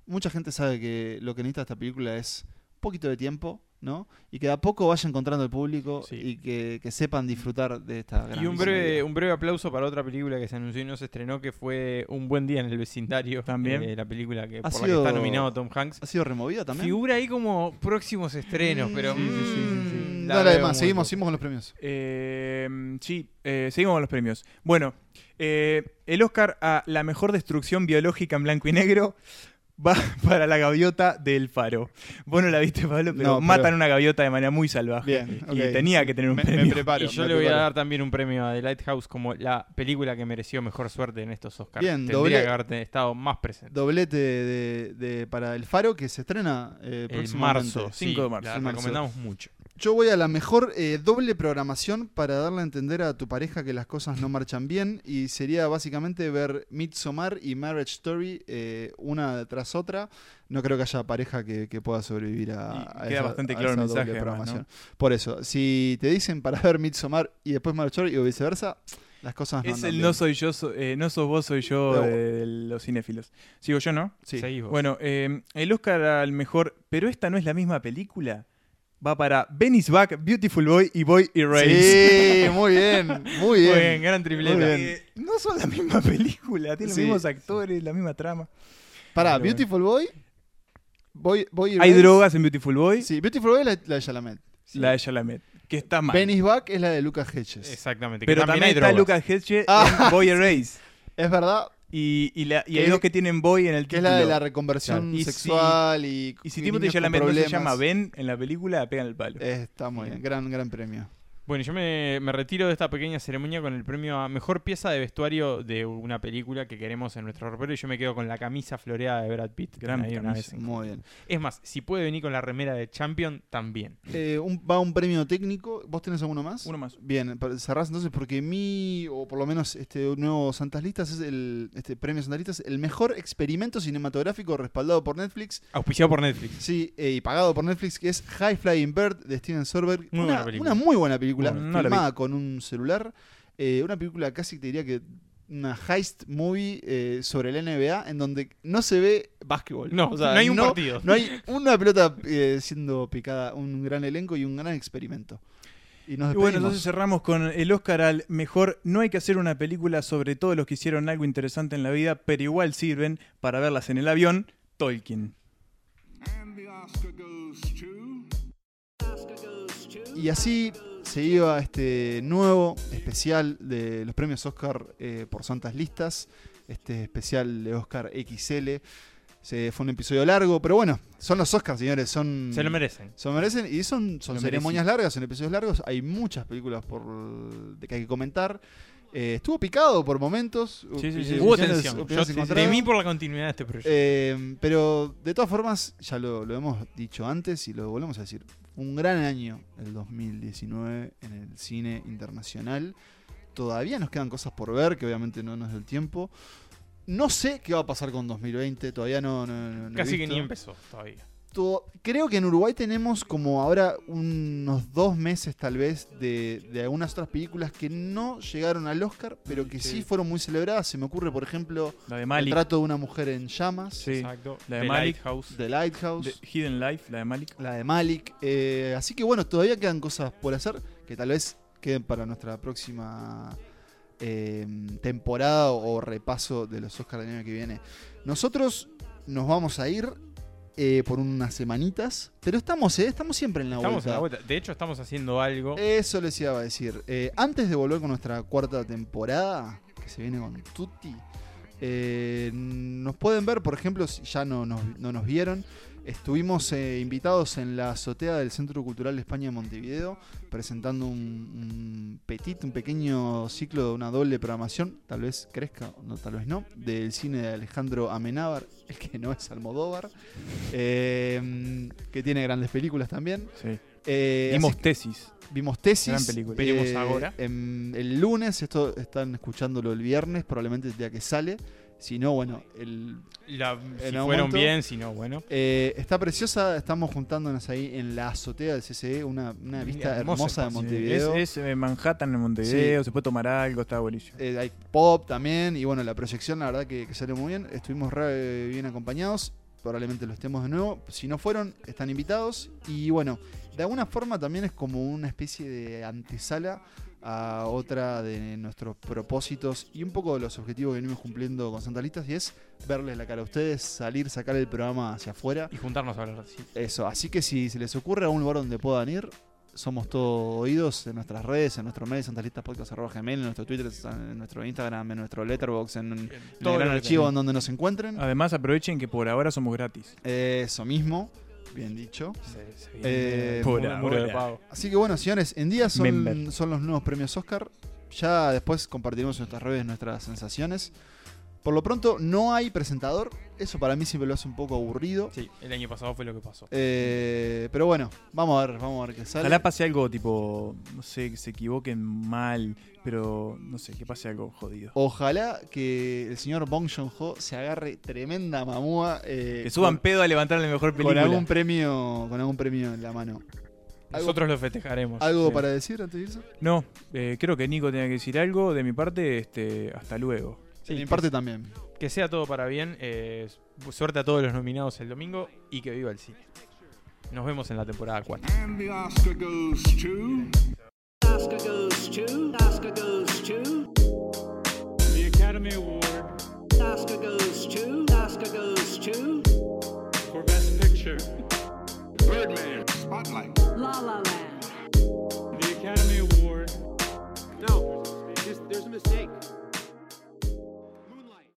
S6: mucha gente sabe que lo que necesita esta película es un poquito de tiempo, ¿no? Y que de a poco vaya encontrando el público
S7: Sí.
S6: y que, que sepan disfrutar de esta gran
S7: Y un breve,
S6: comedia.
S7: un breve aplauso para otra película que se anunció y no se estrenó, que fue Un buen día en el vecindario.
S8: También.
S7: eh, la película que,
S6: Ha
S7: por la
S6: sido-
S7: que está nominado Tom Hanks.
S6: ha sido removida también.
S7: Figura ahí como próximos estrenos, pero...
S8: sí, sí, sí, sí, sí.
S7: mm,
S6: Mm,
S7: la
S6: dale,
S7: veo
S6: además,
S7: muy
S6: seguimos,
S7: poco.
S6: seguimos con los premios.
S8: Eh, sí, eh, seguimos con los premios. Bueno, eh, el Oscar a la mejor destrucción biológica en blanco y negro va para la gaviota del faro. Vos no la viste, Pablo, pero
S6: No, pero-
S8: matan una gaviota de manera muy salvaje.
S6: Bien,
S8: Y
S6: ok.
S8: tenía que tener un
S6: Me, me
S8: premio.
S6: preparo.
S7: y yo
S6: me
S7: le voy a
S6: preparo.
S7: dar también un premio a The Lighthouse como la película que mereció mejor suerte en estos Oscars.
S6: Bien,
S7: Tendría
S6: doble-
S7: que haber estado más presente.
S6: Doblete de, de- para El Faro que se estrena eh,
S7: El
S6: próximamente.
S7: marzo,
S8: sí. 5 de marzo.
S7: La
S6: En marzo.
S7: recomendamos mucho.
S6: Yo voy a la mejor eh, doble programación para darle a entender a tu pareja que las cosas no marchan bien y sería básicamente ver Midsommar y Marriage Story eh, una tras otra. No creo que haya pareja que, que pueda sobrevivir
S8: Y
S6: a, a
S8: queda bastante claro el
S6: esa
S8: mensaje,
S6: doble
S8: además,
S6: Por eso, si te dicen para ver Midsommar y después Marriage Story o viceversa, las cosas no
S8: Es
S6: andan
S8: el
S6: bien.
S8: no soy yo, so- eh, no sos vos, soy yo eh,
S6: No.
S8: de, los cinéfilos. Sigo yo, ¿no?
S6: Sí.
S7: Seguís vos.
S8: Bueno, eh, el Oscar al mejor, pero esta no es la misma película. Va para Ben is Back, Beautiful Boy y Boy Erased.
S6: Sí, muy bien, muy bien.
S7: Muy bien, gran tripleta.
S6: Muy bien.
S8: Eh, no son la misma película, tienen
S6: Sí.
S8: los mismos actores, la misma trama.
S6: Pará,
S8: Pero bueno.
S6: Beautiful Boy. Boy, Boy
S8: Hay
S6: Erased.
S8: drogas en Beautiful Boy,
S6: Sí, Beautiful Boy es la, la de Chalamet.
S8: la de Chalamet, que está mal.
S6: Ben is Back es la de Lucas Hedges.
S7: Exactamente. que
S8: pero también,
S7: hay
S8: está
S7: drogas.
S8: Lucas Hedge
S6: Ah,
S8: en Boy Erased.
S6: Es verdad
S8: Y, y, la- y hay
S6: Que-
S8: dos que tienen Boy en el
S6: que es
S8: título.
S6: la de la reconversión
S8: Claro. Y si-
S6: sexual y
S8: Y si
S6: y niños
S8: Timothy
S6: con
S8: Chalamet no se
S6: problemas.
S8: llama Ben en la película, la pegan el palo.
S6: Eh, está muy bien, gran, gran premio.
S7: Bueno, yo me, me retiro de esta pequeña ceremonia con el premio a mejor pieza de vestuario de una película que queremos en nuestro ropero y yo me quedo con la camisa floreada de Brad Pitt. que
S8: Gran
S7: la vi una
S8: camisa.
S7: vez en-
S6: Muy bien.
S7: Es más, si puede venir con la remera de Champion, también.
S6: Eh, un- va un premio técnico. ¿Vos tenés alguno más?
S8: Uno más.
S6: Bien, pa- cerrás entonces porque mi, o por lo menos este nuevo Santas Listas, es el, este premio Santas Listas, el mejor experimento cinematográfico respaldado por Netflix
S7: Auspiciado por Netflix.
S6: Sí, eh, y pagado por Netflix, que es High Flying Bird de Steven Soderbergh.
S7: Muy
S6: una,
S7: buena película.
S6: una muy buena película,
S8: Bueno, no la
S6: filmada con un celular. Eh, una película casi te diría que una heist movie eh, sobre la NBA en donde no se ve básquetbol.
S7: No,
S6: O sea,
S7: no hay un partido.
S6: No hay una pelota eh, siendo picada, un gran elenco y un gran experimento. Y nos
S8: Y bueno,
S6: despedimos.
S8: entonces cerramos con el Oscar al mejor. No hay que hacer una película sobre todos los que hicieron algo interesante en la vida, pero igual sirven para verlas en el avión. Tolkien.
S1: And the Oscar goes to.
S6: Y así se iba este nuevo especial de los premios Oscar eh, por Santas Listas, este especial de Oscar XL. Se, fue un episodio largo, pero bueno, son los Oscars, señores, son...
S7: Mm. Se lo merecen.
S6: Se lo merecen y son, son
S8: lo
S6: ceremonias largas, son episodios largos. Hay muchas películas por de que hay que comentar. Eh, estuvo picado por momentos.
S7: Hubo
S6: opiniones-
S7: tensión.
S6: opiniones
S7: Yo- de
S6: encontradas.
S7: mí por la continuidad de este proyecto.
S6: Eh, pero de todas formas, ya lo, lo hemos dicho antes y lo volvemos a decir. Un gran año el 2019 en el cine internacional. Todavía nos quedan cosas por ver, que obviamente no nos da el tiempo. No sé qué va a pasar con 2020, todavía no. no- no- no he
S7: Casi que
S6: visto.
S7: ni empezó todavía.
S6: Tu- Creo que en Uruguay tenemos como ahora unos dos meses tal vez de, de algunas otras películas que no llegaron al Oscar, pero que sí,
S8: Sí.
S6: fueron muy celebradas. Se me ocurre, por ejemplo,
S8: La de
S6: el
S8: Malik.
S6: trato de una mujer en llamas.
S8: Sí. Exacto. La de The Malik. Lighthouse.
S6: The Lighthouse.
S8: The Hidden Life, la de Malik.
S6: La de Malik. Eh, así que bueno, todavía quedan cosas por hacer que tal vez queden para nuestra próxima eh, temporada o repaso de los Oscars del año que viene. Nosotros nos vamos a ir eh, por unas semanitas, pero estamos, eh, estamos siempre en la
S7: Estamos en
S6: vuelta. Eh,
S7: la vuelta. De hecho, estamos haciendo algo.
S6: Eso les iba a decir. Eh, antes de volver con nuestra cuarta temporada, que se viene con Tutti, eh, nos pueden ver, por ejemplo, si ya no nos, no nos vieron. Estuvimos eh, invitados en la azotea del Centro Cultural de España de Montevideo, presentando un, un petit, un pequeño ciclo de una doble programación, tal vez crezca, no, tal vez no, del cine de Alejandro Amenábar, el que no es Almodóvar, eh, que tiene grandes películas también.
S8: Sí.
S6: Eh,
S8: Vimos
S6: así que-
S8: Tesis.
S6: Vimos tesis.
S8: Gran película.
S6: eh,
S8: Veremos ahora.
S6: em, el lunes, esto están escuchándolo el viernes, probablemente el día que sale. Si no, bueno, el.
S7: La-
S6: en
S7: si
S6: algún
S7: fueron bien, si no, bueno.
S6: Eh, está preciosa, estamos juntándonos ahí en la azotea del CCE, una, una vista hermosa, de
S8: espacio.
S6: Montevideo.
S8: Es, es, eh, Manhattan en Montevideo, se puede tomar algo, está buenísimo.
S6: Eh, hay pop también, y bueno, la proyección, la verdad que, que salió muy bien. Estuvimos re bien acompañados, probablemente lo estemos de nuevo. Si no fueron, están invitados. Y bueno, de alguna forma también es como una especie de antesala a otra de nuestros propósitos y un poco de los objetivos que venimos cumpliendo con Santa Listas, y es verles la cara a ustedes, salir, sacar el programa hacia afuera.
S7: Y juntarnos a hablar. sí.
S6: Eso, así que si se les ocurre algún lugar donde puedan ir, somos todos oídos en nuestras redes, en nuestro mail, santalistaspodcast.gmail, en nuestro Twitter, en nuestro Instagram, en nuestro Letterboxd, en, en el
S8: todo
S6: gran
S8: lo que Ah.
S6: archivo
S8: tenemos.
S6: en donde nos encuentren.
S8: Además, aprovechen que por ahora somos gratis.
S6: Eso mismo, bien dicho. Eh,
S8: por
S6: muro-
S8: ahora.
S6: muro de pago. Así que bueno, señores, en día son,
S8: Member.
S6: son los nuevos premios Oscar. Ya después compartiremos en nuestras redes nuestras sensaciones. Por lo pronto, no hay presentador. Eso para mí siempre lo hace un poco aburrido.
S7: Sí, el año pasado fue lo que pasó.
S6: Eh, pero bueno, vamos a ver, vamos a ver qué sale.
S8: Ojalá pase algo tipo, no sé, que se equivoquen mal, pero no sé, que pase algo jodido.
S6: Ojalá que el señor Bong Joon-ho se agarre tremenda mamúa. eh,
S8: Que suban
S6: con-
S8: pedo a levantar la mejor
S6: con
S8: película.
S6: algún premio, con algún premio en la mano. ¿Algo-
S7: Nosotros lo festejaremos.
S6: ¿Algo
S8: Sí.
S6: para decir antes de irse?
S8: No, eh, creo que Nico tenía que decir algo. De mi parte, este, hasta luego.
S7: Sí,
S6: de mi
S7: que-
S6: parte también.
S7: Que sea todo para bien. eh, suerte a todos los nominados el domingo y que viva el cine. Nos vemos en la temporada 4.
S1: And the Oscar goes to.
S2: Oscar goes to. Oscar goes to.
S3: The Academy Award
S2: Oscar goes to. Oscar goes to.
S3: for Best Picture.
S1: Birdman. Spotlight.
S2: La La Land.
S3: The Academy